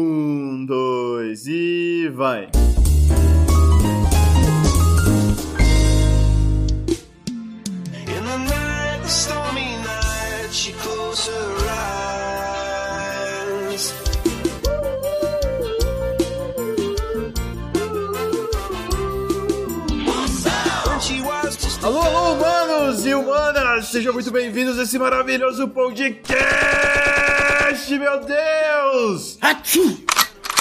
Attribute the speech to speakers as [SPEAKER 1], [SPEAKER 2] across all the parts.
[SPEAKER 1] Um, dois e vai!
[SPEAKER 2] In the night, the stormy night, she closed her eyes. When she was just
[SPEAKER 1] Alô, alô, humanos e humanas! Sejam muito bem-vindos a esse maravilhoso podcast, meu Deus!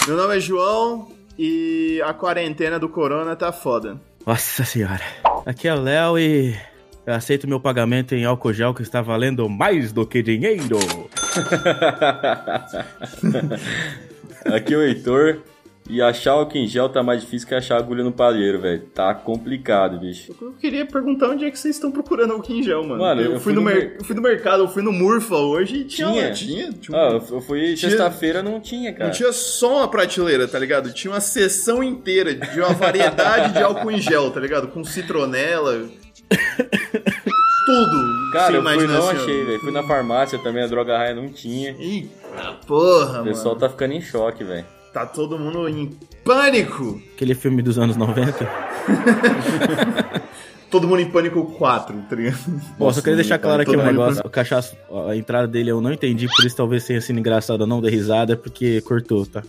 [SPEAKER 1] Meu nome é João e a quarentena do corona tá foda.
[SPEAKER 3] Nossa senhora. Aqui é o Léo e eu aceito meu pagamento em álcool gel que está valendo mais do que dinheiro.
[SPEAKER 4] Aqui é o Heitor. E achar o em gel tá mais difícil que achar agulha no palheiro, velho. Tá complicado, bicho.
[SPEAKER 1] Eu queria perguntar onde é que vocês estão procurando o em gel, mano.
[SPEAKER 4] Mano,
[SPEAKER 1] eu, fui no mer-
[SPEAKER 4] mer-
[SPEAKER 1] eu fui no mercado, eu fui no Murfa hoje e tinha.
[SPEAKER 4] Tinha?
[SPEAKER 1] tinha, tinha um-
[SPEAKER 4] Ah, eu eu fui sexta-feira, não tinha, cara.
[SPEAKER 3] É.
[SPEAKER 1] Não tinha só uma prateleira, tá ligado? Tinha uma seção inteira de uma variedade de álcool em gel, tá ligado? Com citronela. Tudo.
[SPEAKER 4] Cara,
[SPEAKER 1] Você
[SPEAKER 4] eu fui
[SPEAKER 1] imagina
[SPEAKER 4] não
[SPEAKER 1] assim, ó.
[SPEAKER 4] achei, velho. Fui na farmácia também, a droga raia não tinha.
[SPEAKER 1] Eita porra,
[SPEAKER 4] O
[SPEAKER 1] mano.
[SPEAKER 4] pessoal tá ficando em choque, velho.
[SPEAKER 1] Tá todo mundo em pânico.
[SPEAKER 3] Aquele filme dos anos 90.
[SPEAKER 1] Todo mundo em pânico 4, tá ligado?
[SPEAKER 3] Bom, só queria deixar claro aqui
[SPEAKER 1] todo
[SPEAKER 3] um
[SPEAKER 1] mundo
[SPEAKER 3] negócio. O cachaço, ó, a entrada dele eu não entendi, por isso talvez tenha sido engraçado eu não dei risada, é porque cortou, tá?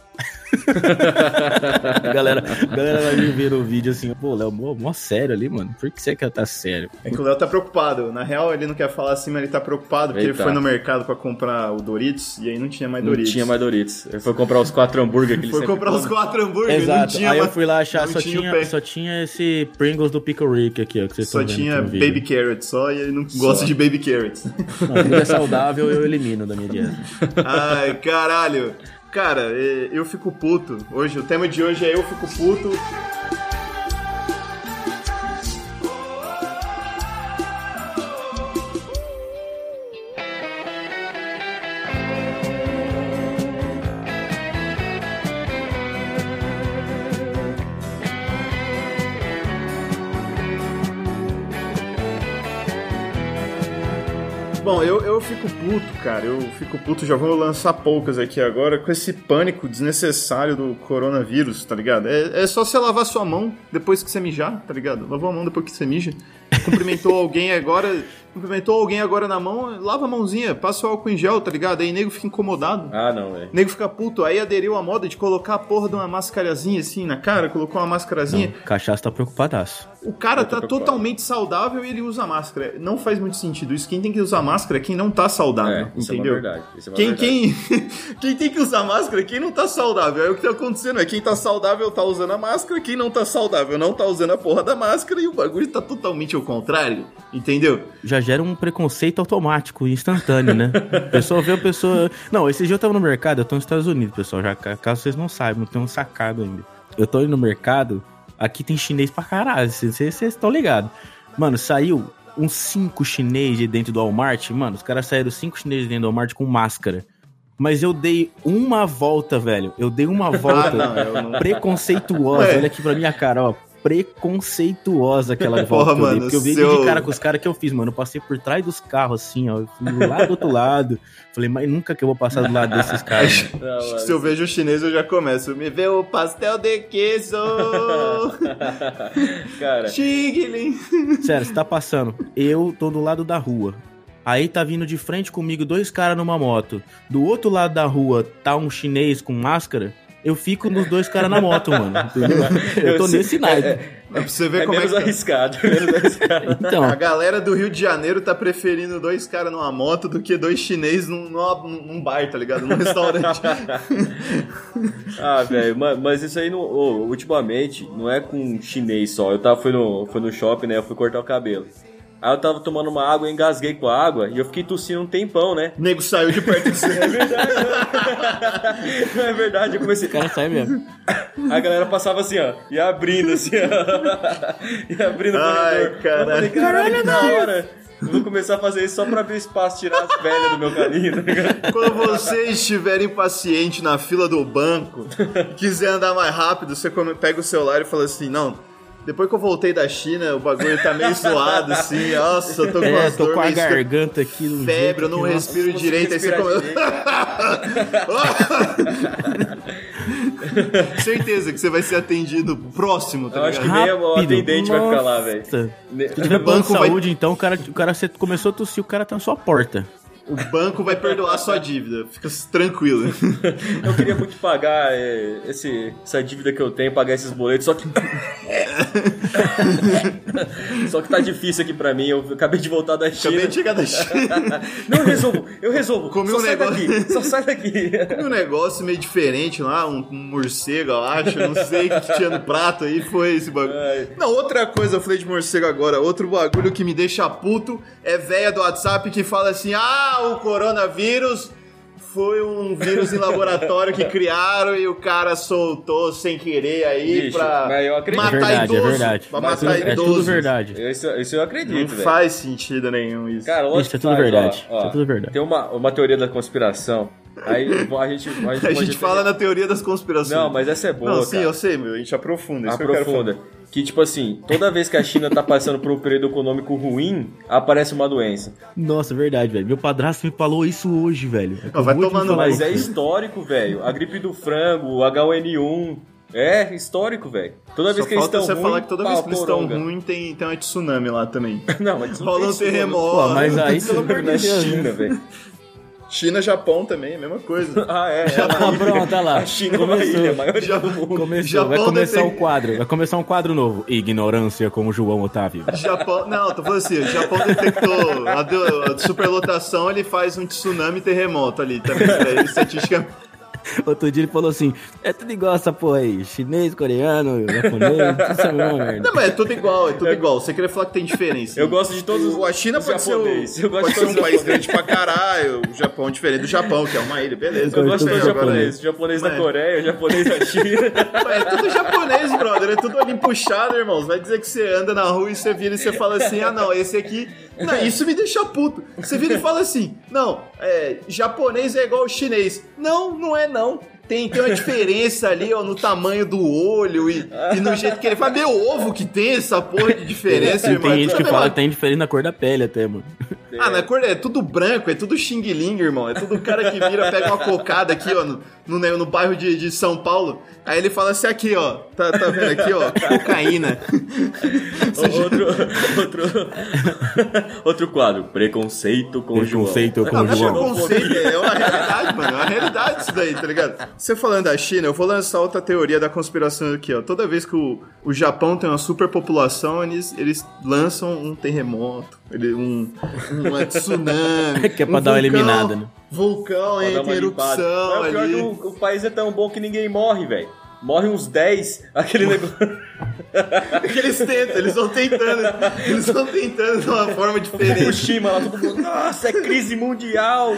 [SPEAKER 3] galera, galera vai me ver o vídeo assim, pô, Léo, mó, mó sério ali, mano. Por que você quer tá sério?
[SPEAKER 1] É que o Léo tá preocupado. Na real, ele não quer falar assim, mas ele tá preocupado porque
[SPEAKER 4] Ele
[SPEAKER 1] ele
[SPEAKER 4] tá.
[SPEAKER 1] foi no mercado pra comprar o Doritos e aí não tinha mais
[SPEAKER 4] Não
[SPEAKER 1] Doritos.
[SPEAKER 4] tinha mais Doritos. Ele foi comprar os quatro hambúrguer que ele
[SPEAKER 1] Foi
[SPEAKER 4] sempre
[SPEAKER 1] comprar os
[SPEAKER 4] come.
[SPEAKER 1] quatro hambúrgueres, não
[SPEAKER 3] Exato.
[SPEAKER 1] tinha
[SPEAKER 3] Aí eu
[SPEAKER 1] mais-
[SPEAKER 3] fui lá achar,
[SPEAKER 1] não
[SPEAKER 3] só
[SPEAKER 1] o pé.
[SPEAKER 3] tinha, só tinha esse Pringles do Pickle Rick aqui, ó, que vocês
[SPEAKER 1] Só
[SPEAKER 3] estão vendo.
[SPEAKER 1] tinha
[SPEAKER 3] aqui no vídeo.
[SPEAKER 1] baby carrot só e ele não gosta de baby carrots.
[SPEAKER 3] Não, tudo é saudável, eu elimino da minha dieta.
[SPEAKER 1] Ai, caralho. Cara, é, eu fico puto. Hoje, o tema de hoje é eu fico puto. Bom, eu, eu fico puto, cara. Eu fico puto, já vou lançar poucas aqui agora, com esse pânico desnecessário do coronavírus, tá ligado? É, é só você lavar sua mão depois que você mijar, tá ligado? Lavou a mão depois que você mija. Cumprimentou alguém agora. Cumprimentou alguém agora na mão, lava a mãozinha, passa o álcool em gel, tá ligado? Aí nego fica incomodado.
[SPEAKER 4] Ah, não, velho.
[SPEAKER 1] Nego fica puto, aí aderiu a moda de colocar a porra de uma mascarazinha assim na cara, colocou uma mascarazinha.
[SPEAKER 3] O cachaço tá preocupadaço.
[SPEAKER 1] O cara
[SPEAKER 4] tô
[SPEAKER 1] tá
[SPEAKER 4] preocupado.
[SPEAKER 1] totalmente saudável e ele usa máscara. Não faz muito sentido isso. Quem tem que usar máscara é quem não tá saudável,
[SPEAKER 4] É, isso é uma
[SPEAKER 1] entendeu?
[SPEAKER 4] verdade. isso é uma
[SPEAKER 1] quem,
[SPEAKER 4] verdade.
[SPEAKER 1] quem, quem tem que usar máscara é quem não tá saudável. Aí o que tá acontecendo é quem tá saudável tá usando a máscara, quem não tá saudável não tá usando a porra da máscara e o bagulho tá totalmente ao contrário, entendeu?
[SPEAKER 3] Já gera um preconceito automático, instantâneo, né? A pessoa vê a pessoa. Não, esse dia eu tava no mercado, eu tô nos Estados Unidos, pessoal. Já, ca- caso vocês não saibam, eu tenho um sacado ainda. Eu tô indo no mercado, aqui tem chinês pra caralho, vocês estão ligados. Mano, saiu uns cinco chinês de dentro do Walmart. Mano, os caras saíram cinco chineses de dentro do Walmart com máscara. Mas eu dei uma volta, velho. Eu dei uma volta.
[SPEAKER 1] Ah, não, eu não.
[SPEAKER 3] preconceituosa.
[SPEAKER 1] É.
[SPEAKER 3] Olha aqui pra minha cara, ó. Preconceituosa aquela volta
[SPEAKER 1] Porra,
[SPEAKER 3] que eu dei,
[SPEAKER 1] mano,
[SPEAKER 3] Porque eu vi
[SPEAKER 1] seu-
[SPEAKER 3] de cara com os caras que eu fiz, mano. Eu passei por trás dos carros, assim, ó. Eu fui lá do outro lado. Falei, mas nunca que eu vou passar do lado desses caras. mano.
[SPEAKER 4] Não, mano.
[SPEAKER 1] Se eu vejo o chinês, eu já começo. Me vê o pastel de queso!
[SPEAKER 4] Cara,
[SPEAKER 1] Chiglin!
[SPEAKER 3] Sério, você tá passando. Eu tô do lado da rua. Aí tá vindo de frente comigo dois caras numa moto. Do outro lado da rua tá um chinês com máscara. Eu fico nos dois caras na moto, mano. entendeu? Eu tô
[SPEAKER 4] sei-
[SPEAKER 3] nesse naipe.
[SPEAKER 1] Pra você ver
[SPEAKER 4] é
[SPEAKER 1] como é
[SPEAKER 4] menos
[SPEAKER 1] que tá.
[SPEAKER 4] arriscado. menos arriscado.
[SPEAKER 3] Então,
[SPEAKER 1] A galera do Rio de Janeiro tá preferindo dois caras numa moto do que dois chineses num, numa- num bar, tá ligado? Num restaurante.
[SPEAKER 4] Ah, velho, ma- mas isso aí, não, ô, ultimamente, não é com chinês só. Eu tava, fui, no, fui no shopping, né? Eu fui cortar o cabelo. Aí eu tava tomando uma água, eu engasguei com a água e eu fiquei tossindo um tempão, né?
[SPEAKER 1] o nego saiu de perto de você.
[SPEAKER 4] É verdade, né? não é verdade, eu comecei.
[SPEAKER 3] o cara sai mesmo.
[SPEAKER 4] A galera passava assim, ó, e abrindo, assim, ó. E abrindo o
[SPEAKER 1] Ai,
[SPEAKER 4] corredor.
[SPEAKER 1] caralho.
[SPEAKER 4] Eu falei, caralho, que da hora. Eu vou começar a fazer isso só pra abrir espaço, tirar as velhas do meu carinho, tá ligado?
[SPEAKER 1] Quando você estiver impaciente na fila do banco, quiser andar mais rápido, você come- pega o celular e fala assim: não. Depois que eu voltei da China, o bagulho tá meio zoado, assim. Nossa, eu tô com
[SPEAKER 3] É,
[SPEAKER 1] umas
[SPEAKER 3] tô com a
[SPEAKER 1] meio escra-
[SPEAKER 3] garganta aqui um no
[SPEAKER 1] Febre, eu não respiro
[SPEAKER 4] Nossa,
[SPEAKER 1] direito, aí
[SPEAKER 4] se
[SPEAKER 1] você
[SPEAKER 4] você
[SPEAKER 1] come... Certeza que você vai ser atendido próximo,
[SPEAKER 4] Eu
[SPEAKER 1] tá
[SPEAKER 4] acho que
[SPEAKER 1] ligado?
[SPEAKER 4] nem o atendente vai ficar lá, velho.
[SPEAKER 3] Se
[SPEAKER 4] Ne-
[SPEAKER 3] tiver
[SPEAKER 1] banco
[SPEAKER 3] banco de
[SPEAKER 1] vai-
[SPEAKER 3] saúde, então, o cara, o cara você começou a tossir, o cara tá na sua porta.
[SPEAKER 1] O banco vai perdoar a sua dívida, fica tranquilo.
[SPEAKER 4] Eu queria muito pagar é, esse, essa dívida que eu tenho, pagar esses boletos, só que. só que tá difícil aqui pra mim. Eu acabei de voltar da China.
[SPEAKER 1] Acabei de chegar da China.
[SPEAKER 4] Não, eu resolvo, eu resolvo.
[SPEAKER 1] Comi
[SPEAKER 4] só
[SPEAKER 1] um
[SPEAKER 4] sai
[SPEAKER 1] negócio.
[SPEAKER 4] daqui, só sai daqui.
[SPEAKER 1] um negócio meio diferente lá, um, um morcego, eu acho, não sei o que tinha no prato aí, foi esse bagulho.
[SPEAKER 4] Ai.
[SPEAKER 1] Não, outra coisa, eu falei de morcego agora, outro bagulho que me deixa puto é véia do WhatsApp que fala assim, ah, o coronavírus foi um vírus em laboratório que criaram e o cara soltou sem querer aí
[SPEAKER 4] Bicho,
[SPEAKER 1] pra
[SPEAKER 4] mas eu acredito.
[SPEAKER 3] É
[SPEAKER 1] matar
[SPEAKER 3] verdade, é
[SPEAKER 1] idoso.
[SPEAKER 3] verdade.
[SPEAKER 1] Pra
[SPEAKER 4] Mas
[SPEAKER 1] matar
[SPEAKER 4] tudo-
[SPEAKER 3] é tudo
[SPEAKER 1] idoso.
[SPEAKER 3] verdade.
[SPEAKER 4] Isso, isso eu
[SPEAKER 1] Não
[SPEAKER 4] acredito, velho.
[SPEAKER 1] faz sentido nenhum isso.
[SPEAKER 4] Cara, lógico
[SPEAKER 3] Isso é
[SPEAKER 4] que
[SPEAKER 3] tudo
[SPEAKER 4] faz,
[SPEAKER 3] verdade,
[SPEAKER 4] ó,
[SPEAKER 3] isso é
[SPEAKER 4] ó.
[SPEAKER 3] tudo verdade.
[SPEAKER 4] Tem uma, uma teoria da conspiração. Aí a gente. A gente,
[SPEAKER 1] a
[SPEAKER 4] pode-
[SPEAKER 1] gente fala na teoria das conspirações.
[SPEAKER 4] Não, mas essa é boa.
[SPEAKER 1] Não, sim,
[SPEAKER 4] cara.
[SPEAKER 1] eu sei, meu. A gente aprofunda. Isso que eu quero falar.
[SPEAKER 4] aprofunda. Que, tipo assim, toda vez que a China tá passando por um período econômico ruim, aparece uma doença.
[SPEAKER 3] Nossa, é verdade, velho. Meu padrasto me falou isso hoje, velho.
[SPEAKER 1] Ó, vai tomando
[SPEAKER 4] Mas
[SPEAKER 1] mais
[SPEAKER 4] é histórico, velho. A gripe do frango, o H1N1. É histórico, velho. Toda
[SPEAKER 1] Só
[SPEAKER 4] vez que eles
[SPEAKER 1] falta
[SPEAKER 4] estão
[SPEAKER 1] você
[SPEAKER 4] ruim,
[SPEAKER 1] falar que toda vez que eles estão
[SPEAKER 4] paporonga.
[SPEAKER 1] ruim tem, tem uma tsunami lá também.
[SPEAKER 4] Não, mas isso não
[SPEAKER 1] Rola
[SPEAKER 4] tem
[SPEAKER 1] um
[SPEAKER 4] China,
[SPEAKER 1] terremoto.
[SPEAKER 3] Pô, mas aí-
[SPEAKER 4] Pelo amor de
[SPEAKER 3] Na
[SPEAKER 4] Deus. China,
[SPEAKER 3] China,
[SPEAKER 4] velho.
[SPEAKER 1] China, Japão também, mesma coisa.
[SPEAKER 4] Ah, é.
[SPEAKER 3] Tá pronto, olha lá.
[SPEAKER 4] A China é uma ilha, a maioria
[SPEAKER 1] Já-
[SPEAKER 4] do mundo.
[SPEAKER 3] Começou,
[SPEAKER 1] Japão
[SPEAKER 3] vai começar
[SPEAKER 1] detec-
[SPEAKER 3] um quadro. Vai começar um quadro novo. Ignorância com o João Otávio.
[SPEAKER 1] Japão, não, tô falando assim, o Japão detectou a, do- a superlotação, ele faz um tsunami terremoto ali também. né? Estatística.
[SPEAKER 3] Outro dia ele falou assim: é tudo igual essa porra aí. Chinês, coreano, japonês, tudo isso é uma merda.
[SPEAKER 1] Não, mas é tudo igual, é tudo igual. Você queria falar que tem diferença.
[SPEAKER 4] Eu gosto de todos os
[SPEAKER 1] A China
[SPEAKER 4] os
[SPEAKER 1] pode ser,
[SPEAKER 4] japoneses.
[SPEAKER 1] o,
[SPEAKER 4] Eu gosto
[SPEAKER 1] pode
[SPEAKER 4] de
[SPEAKER 1] ser
[SPEAKER 4] todos
[SPEAKER 1] um
[SPEAKER 4] os
[SPEAKER 1] país
[SPEAKER 4] japoneses.
[SPEAKER 1] grande pra caralho. O Japão é diferente do Japão, que é uma ilha, beleza.
[SPEAKER 4] Eu
[SPEAKER 3] Eu
[SPEAKER 4] gosto
[SPEAKER 3] tô
[SPEAKER 4] do
[SPEAKER 3] japonês.
[SPEAKER 4] japonês. O japonês da
[SPEAKER 1] é Mas-
[SPEAKER 4] Coreia, o japonês da China.
[SPEAKER 1] É tudo japonês, brother. É tudo ali puxado, irmãos. Vai dizer que você anda na rua e você vira e você fala assim: ah, não, esse aqui. Não, isso me deixa puto. Você vira e fala assim: não, é, japonês é igual ao chinês. Não, não é não. Tem, tem uma diferença ali, ó, no tamanho do olho e, e no jeito que ele faz. Meu ovo que tem essa porra de diferença,
[SPEAKER 3] E
[SPEAKER 1] irmão.
[SPEAKER 3] tem gente que
[SPEAKER 1] Tudo
[SPEAKER 3] fala
[SPEAKER 1] bem,
[SPEAKER 3] que tem diferente na cor da pele até, mano.
[SPEAKER 1] ah, na cor é tudo branco, é tudo Xing Ling, irmão. É tudo cara que vira, pega uma cocada aqui, ó, no, no, ne- no bairro de, de São Paulo. Aí ele fala assim, aqui, ó, tá, tá vendo aqui, ó, cocaína.
[SPEAKER 4] outro, outro, outro quadro. Preconceito com o João.
[SPEAKER 3] Preconceito com
[SPEAKER 1] Não,
[SPEAKER 3] o
[SPEAKER 1] não é
[SPEAKER 3] João.
[SPEAKER 1] preconceito, é uma realidade, mano. É uma realidade isso daí, tá ligado? Você falando da China, eu vou lançar outra teoria da conspiração aqui, ó. Toda vez que o, o Japão tem uma superpopulação, eles, eles lançam um terremoto, ele- um, um tsunami. um
[SPEAKER 3] Que é pra dar uma eliminada, né?
[SPEAKER 1] Vulcão
[SPEAKER 4] Pra dar
[SPEAKER 1] entra
[SPEAKER 4] uma
[SPEAKER 1] em
[SPEAKER 4] limpada.
[SPEAKER 1] erupção
[SPEAKER 4] Mas o pior é que
[SPEAKER 1] ali.
[SPEAKER 4] o, o país é tão bom que ninguém morre, velho. Morre uns 10, aquele negócio.
[SPEAKER 1] Porque eles tentam, eles vão tentando. Eles vão tentando de uma forma diferente.
[SPEAKER 4] Fukushima lá, todo mundo. Nossa, é crise mundial!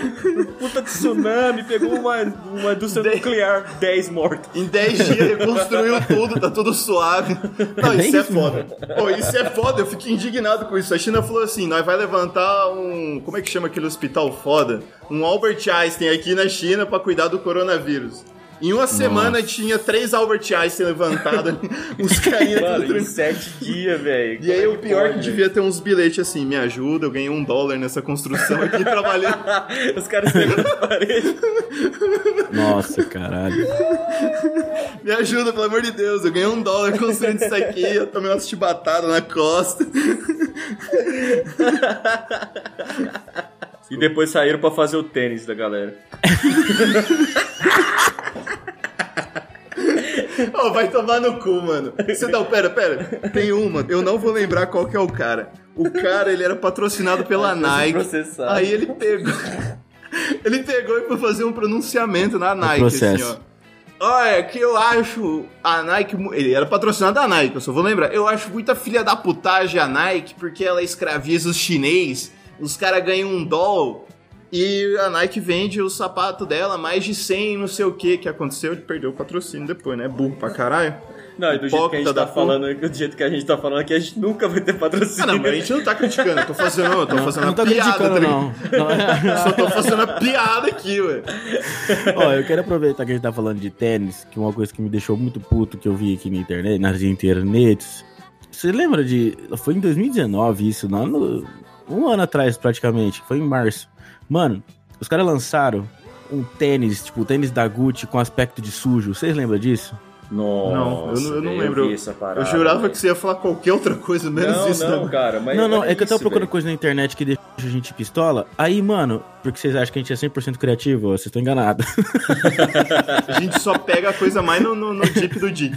[SPEAKER 4] Puta tsunami, pegou uma, uma indústria
[SPEAKER 1] Dez-
[SPEAKER 4] nuclear, 10 mortos.
[SPEAKER 1] Em 10 dias reconstruiu tudo, tá tudo suave. Não, isso é foda. Pô, isso é foda, eu fico indignado com isso. A China falou assim: nós vai levantar um. Como é que chama aquele hospital foda? Um Albert Einstein aqui na China pra cuidar do coronavírus. Em uma semana tinha três Albert Einstein levantados, uns carinhas tudo
[SPEAKER 4] Mano, em
[SPEAKER 1] tranquilo.
[SPEAKER 4] 7 dias, velho.
[SPEAKER 1] E aí
[SPEAKER 4] Como é
[SPEAKER 1] o pior é que
[SPEAKER 4] pode,
[SPEAKER 1] devia ter uns bilhetes assim, me ajuda, eu ganhei um dólar nessa construção aqui trabalhando.
[SPEAKER 4] velho? Os caras pegando na parede.
[SPEAKER 3] Nossa, caralho.
[SPEAKER 1] Me ajuda, pelo amor de Deus. Eu ganhei um dólar construindo isso aqui. Eu tomei umas chibatadas na costa.
[SPEAKER 4] E depois saíram pra fazer o tênis da galera.
[SPEAKER 1] Ó, vai tomar no cu, mano. Você não, pera, pera. Tem uma, eu não vou lembrar qual que é o cara. O cara, ele era patrocinado pela
[SPEAKER 4] tá
[SPEAKER 1] Nike.
[SPEAKER 4] processado.
[SPEAKER 1] Aí ele pegou. Ele pegou e foi fazer um pronunciamento na Nike, assim, ó.
[SPEAKER 3] processo.
[SPEAKER 1] Olha, é que eu acho a Nike. mu- Ele era patrocinado da Nike, eu só vou lembrar. Eu acho muita filha da putagem a Nike, porque ela escraviza os chinês, os caras ganham um dólar. E a Nike vende o sapato dela mais de 100, não sei o que que aconteceu. Ele perdeu o patrocínio depois, né? Burro pra caralho.
[SPEAKER 4] Não, e do jeito que a
[SPEAKER 1] Hipócrita
[SPEAKER 4] gente tá
[SPEAKER 1] da
[SPEAKER 4] falando, do jeito que a gente tá falando aqui, a gente nunca vai ter patrocínio.
[SPEAKER 1] Ah, não, mas a gente não tá criticando, eu tô fazendo, eu tô fazendo
[SPEAKER 3] Não
[SPEAKER 1] uma
[SPEAKER 3] tô
[SPEAKER 1] piada, tá
[SPEAKER 3] criticando,
[SPEAKER 1] ligado?
[SPEAKER 3] não. Não. é,
[SPEAKER 1] Só tô fazendo uma piada aqui, ué.
[SPEAKER 3] Ó, eu quero aproveitar que a gente tá falando de tênis, que uma coisa que me deixou muito puto que eu vi aqui na internet, nas internets, Você lembra de. Foi em 2019 isso, não, no- um ano atrás praticamente, foi em março. Mano, os caras lançaram um tênis, tipo, o tênis da Gucci com aspecto de sujo. Vocês lembram disso?
[SPEAKER 4] Nossa,
[SPEAKER 1] Não, eu não- eu não
[SPEAKER 4] velho,
[SPEAKER 1] lembro.
[SPEAKER 4] vi essa parada,
[SPEAKER 1] Eu jurava
[SPEAKER 4] velho.
[SPEAKER 1] que você ia falar qualquer outra coisa, menos
[SPEAKER 4] não,
[SPEAKER 1] isso.
[SPEAKER 4] Não,
[SPEAKER 1] né?
[SPEAKER 4] cara, mas.
[SPEAKER 3] não, não,
[SPEAKER 4] olha
[SPEAKER 3] é que eu tava
[SPEAKER 4] isso,
[SPEAKER 3] procurando
[SPEAKER 4] velho.
[SPEAKER 3] coisa na internet que deixa a gente pistola. Aí, mano, porque vocês acham que a gente é 100% criativo? Vocês estão enganados.
[SPEAKER 1] A gente só pega a coisa mais no, no, no Jeep do Jeep.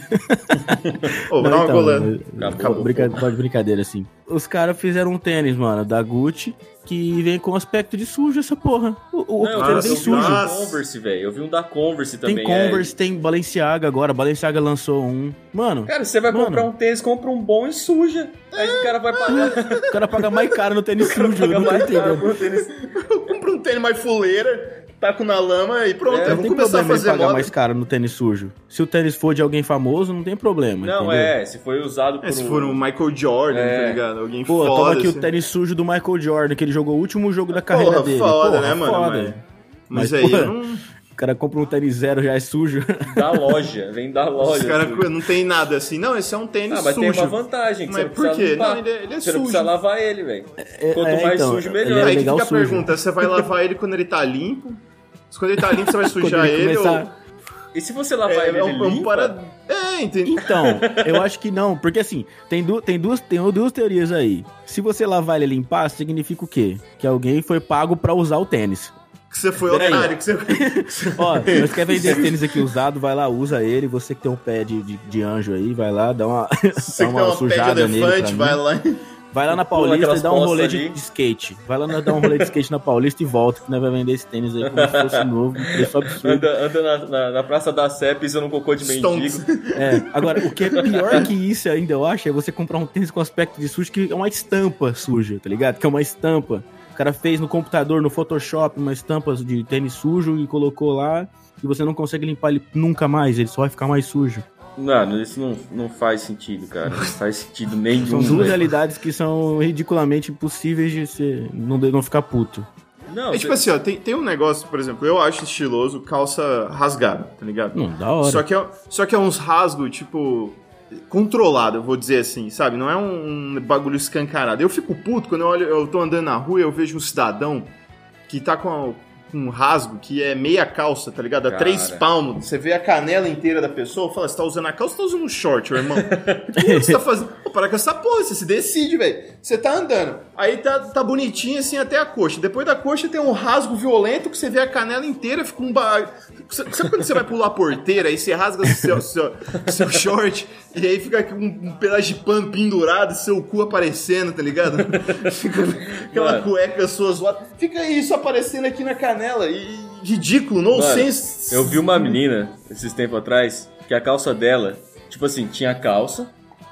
[SPEAKER 1] Ô, dá
[SPEAKER 3] Não,
[SPEAKER 1] uma
[SPEAKER 3] então,
[SPEAKER 1] golando.
[SPEAKER 3] eu-
[SPEAKER 4] Acabou.
[SPEAKER 3] brinca- pode brincadeira, assim. Os caras fizeram um tênis, mano, da Gucci, que vem com aspecto de sujo essa porra. O, o
[SPEAKER 4] Não, eu
[SPEAKER 1] cara
[SPEAKER 3] tênis
[SPEAKER 4] vi
[SPEAKER 1] bem
[SPEAKER 3] vem
[SPEAKER 4] um
[SPEAKER 3] sujo.
[SPEAKER 4] da
[SPEAKER 1] Nossa.
[SPEAKER 4] Converse, velho. Eu vi um da Converse também.
[SPEAKER 3] tem
[SPEAKER 4] é.
[SPEAKER 3] Converse, tem Balenciaga agora. Balenciaga lançou um. Mano,
[SPEAKER 4] Cara, você vai
[SPEAKER 3] Mano.
[SPEAKER 4] comprar um tênis, compra um bom e suja. Aí o cara vai pagar.
[SPEAKER 3] o cara paga mais caro no tênis sujo, eu
[SPEAKER 4] pagar
[SPEAKER 3] não tô
[SPEAKER 4] mais caro
[SPEAKER 3] entendendo.
[SPEAKER 4] por um tênis.
[SPEAKER 1] Compra um tênis mais fuleira, taco na lama e pronto.
[SPEAKER 4] É,
[SPEAKER 1] eu
[SPEAKER 3] Não
[SPEAKER 1] vou
[SPEAKER 3] tem
[SPEAKER 1] começar a
[SPEAKER 3] problema em
[SPEAKER 1] fazer
[SPEAKER 3] pagar
[SPEAKER 1] moda.
[SPEAKER 3] mais caro no tênis sujo. Se o tênis for de alguém famoso, não tem problema.
[SPEAKER 4] Não,
[SPEAKER 3] entendeu?
[SPEAKER 4] é, se foi usado por
[SPEAKER 1] É, se
[SPEAKER 4] um-
[SPEAKER 1] for um Michael Jordan,
[SPEAKER 4] É.
[SPEAKER 1] tá ligado? Alguém
[SPEAKER 3] Pô,
[SPEAKER 1] foda.
[SPEAKER 3] toma aqui
[SPEAKER 1] assim.
[SPEAKER 3] o tênis sujo do Michael Jordan, que ele jogou o último jogo da carreira
[SPEAKER 1] Porra,
[SPEAKER 3] dele.
[SPEAKER 1] foda,
[SPEAKER 3] Porra,
[SPEAKER 1] né, mano?
[SPEAKER 3] foda.
[SPEAKER 1] Mas,
[SPEAKER 3] Mas,
[SPEAKER 1] aí,
[SPEAKER 3] pô,
[SPEAKER 1] eu não,
[SPEAKER 3] O cara compra um tênis zero, já é sujo.
[SPEAKER 1] um-
[SPEAKER 4] da loja, vem da loja.
[SPEAKER 1] os caras
[SPEAKER 4] assim.
[SPEAKER 1] não tem nada assim. Não, esse é um tênis
[SPEAKER 4] Ah, mas tem
[SPEAKER 1] sujo.
[SPEAKER 4] uma vantagem, que
[SPEAKER 1] Mas
[SPEAKER 4] você não
[SPEAKER 1] por
[SPEAKER 4] precisa
[SPEAKER 1] quê?
[SPEAKER 4] lavar.
[SPEAKER 1] Não, ele é- ele é
[SPEAKER 4] você não
[SPEAKER 1] sujo.
[SPEAKER 4] precisa lavar ele, velho.
[SPEAKER 3] É,
[SPEAKER 4] Quanto
[SPEAKER 3] é,
[SPEAKER 4] mais
[SPEAKER 3] então,
[SPEAKER 4] sujo,
[SPEAKER 3] ele
[SPEAKER 4] melhor.
[SPEAKER 3] é
[SPEAKER 1] aí
[SPEAKER 3] legal
[SPEAKER 1] fica a
[SPEAKER 3] sujo.
[SPEAKER 1] pergunta, você vai lavar ele quando ele tá limpo? Se Quando ele tá limpo, você vai
[SPEAKER 3] Quando
[SPEAKER 1] sujar
[SPEAKER 3] ele
[SPEAKER 1] ele?
[SPEAKER 3] começar-
[SPEAKER 1] ou...
[SPEAKER 4] E se você lavar
[SPEAKER 1] É,
[SPEAKER 4] ele,
[SPEAKER 1] é
[SPEAKER 4] ele
[SPEAKER 1] um, é um
[SPEAKER 4] limpa?
[SPEAKER 1] para... É, entendi.
[SPEAKER 3] Então, eu acho que não, porque assim, tem, du tem, duas, tem duas teorias aí. Se você lavar ele e limpar, significa o quê? Que alguém foi pago pra usar o tênis.
[SPEAKER 1] Que você foi
[SPEAKER 3] Peraí.
[SPEAKER 1] otário, que você...
[SPEAKER 3] Ó, nós quer vender tênis aqui usado, vai lá, usa ele. Você que tem um pé de, de, de anjo aí, vai lá, dá uma,
[SPEAKER 1] Você
[SPEAKER 3] dá
[SPEAKER 1] que tem
[SPEAKER 3] uma
[SPEAKER 1] uma pé de
[SPEAKER 3] sujada nele. pra
[SPEAKER 1] elefante,
[SPEAKER 3] mim.
[SPEAKER 1] vai lá.
[SPEAKER 3] Vai lá na
[SPEAKER 4] Pula
[SPEAKER 3] Paulista
[SPEAKER 4] aquelas
[SPEAKER 3] e dá um
[SPEAKER 4] costas
[SPEAKER 3] rolê
[SPEAKER 4] ali.
[SPEAKER 3] de, de skate. Vai lá na- dar um rolê de skate na Paulista e volta, que nós vai vender esse tênis aí como se fosse novo, um preço absurdo.
[SPEAKER 4] Anda, anda na, na, na praça da Sé pisando um cocô de mendigo.
[SPEAKER 1] Stonks.
[SPEAKER 3] É, agora, o que é pior que isso ainda, eu acho, é você comprar um tênis com aspecto de sujo, que é uma estampa suja, tá ligado? Que é uma estampa. O cara fez no computador, no Photoshop, uma estampa de tênis sujo e colocou lá, e você não consegue limpar ele nunca mais, ele só vai ficar mais sujo.
[SPEAKER 4] Mano, isso não, não faz sentido, cara. Não faz sentido nenhum.
[SPEAKER 3] São duas
[SPEAKER 4] velho.
[SPEAKER 3] realidades que são ridiculamente impossíveis de ser, não, de- não ficar puto.
[SPEAKER 4] Não,
[SPEAKER 1] É tipo assim, ó, tem, tem um negócio, por exemplo, eu acho estiloso calça rasgada, tá ligado?
[SPEAKER 3] Não, Hum, da hora.
[SPEAKER 1] Só que, é, só que é uns rasgos, tipo, controlado, eu vou dizer assim, sabe? Não é um bagulho escancarado. Eu fico puto quando eu olho, eu tô andando na rua e eu vejo um cidadão que tá com a- com um rasgo que é meia calça, tá ligado? A
[SPEAKER 4] Cara.
[SPEAKER 1] três palmos. Você vê a canela inteira da pessoa, fala, você tá usando a calça, você tá usando um short, meu irmão. O que você tá fazendo? Pô, para com essa porra, você se decide, velho. Você tá andando. Aí tá, tá bonitinho assim até a coxa. Depois da coxa tem um rasgo violento que você vê a canela inteira, fica um ba... Sabe sabe quando você vai pular a porteira aí você rasga seu, seu, seu short e aí fica aqui um, um pedaço de pano pendurado, seu cu aparecendo, tá ligado? Fica aquela
[SPEAKER 4] Mano.
[SPEAKER 1] cueca sua zoada. Fica isso aparecendo aqui na canela. E ridículo, nonsense.
[SPEAKER 4] Eu vi uma menina esses tempos atrás que a calça dela, tipo assim, tinha calça,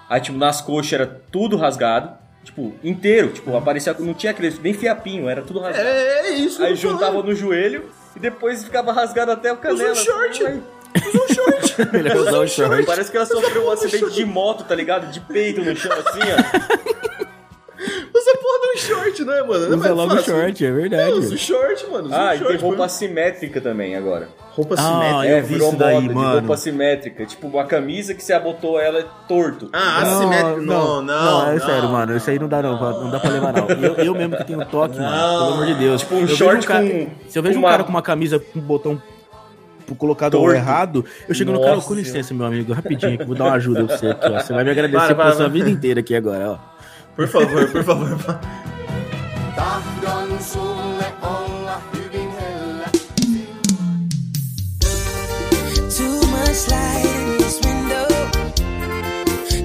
[SPEAKER 4] aí tipo nas coxas era tudo rasgado, tipo, inteiro, tipo, aparecia, não tinha aquele nem fiapinho, era tudo rasgado.
[SPEAKER 1] É, é isso.
[SPEAKER 4] aí
[SPEAKER 1] eu tô falando. um
[SPEAKER 4] juntava no joelho e depois ficava rasgado até o canela.
[SPEAKER 1] short.
[SPEAKER 4] Aí,
[SPEAKER 3] Melhor
[SPEAKER 1] é
[SPEAKER 3] usar o short.
[SPEAKER 4] Parece que ela sofreu um acidente de moto, tá ligado? De peito no chão assim, ó.
[SPEAKER 1] Usa a porra de um short, né, mano? Não é
[SPEAKER 3] Usa
[SPEAKER 1] mais
[SPEAKER 3] logo o
[SPEAKER 1] fácil?
[SPEAKER 3] short, é
[SPEAKER 1] É,
[SPEAKER 3] verdade.
[SPEAKER 1] usa o short, mano. Usa o
[SPEAKER 4] Ah, e tem
[SPEAKER 1] short,
[SPEAKER 4] roupa
[SPEAKER 1] mano.
[SPEAKER 4] assimétrica também agora. É,
[SPEAKER 1] roupa
[SPEAKER 3] Ah,
[SPEAKER 1] assimétrica.
[SPEAKER 3] eu vi isso daí,
[SPEAKER 4] de
[SPEAKER 3] mano.
[SPEAKER 4] roupa assimétrica, tipo uma camisa que você abotou ela é torto.
[SPEAKER 1] Ah, assimétrico. Não, não.
[SPEAKER 3] é sério, mano. Isso aí não dá, não. Não dá pra levar, não. Eu, eu mesmo que tenho toque, mano. Pelo amor de Deus. Tipo,
[SPEAKER 4] um short com-
[SPEAKER 3] Se eu vejo
[SPEAKER 4] com
[SPEAKER 3] um cara
[SPEAKER 4] uma-
[SPEAKER 3] com uma camisa com um botão p- colocado
[SPEAKER 4] Torto.
[SPEAKER 3] errado, eu chego no cara,
[SPEAKER 4] Nossa.
[SPEAKER 3] com licença, meu amigo, rapidinho, que eu vou dar uma ajuda pra você aqui, ó. Você vai me agradecer
[SPEAKER 1] Para,
[SPEAKER 3] pela
[SPEAKER 1] para,
[SPEAKER 3] sua
[SPEAKER 1] para.
[SPEAKER 3] vida inteira aqui agora, ó.
[SPEAKER 1] Por favor, por favor.
[SPEAKER 2] Dafdan sol ve Allah hübin helle
[SPEAKER 5] Too much light in this window.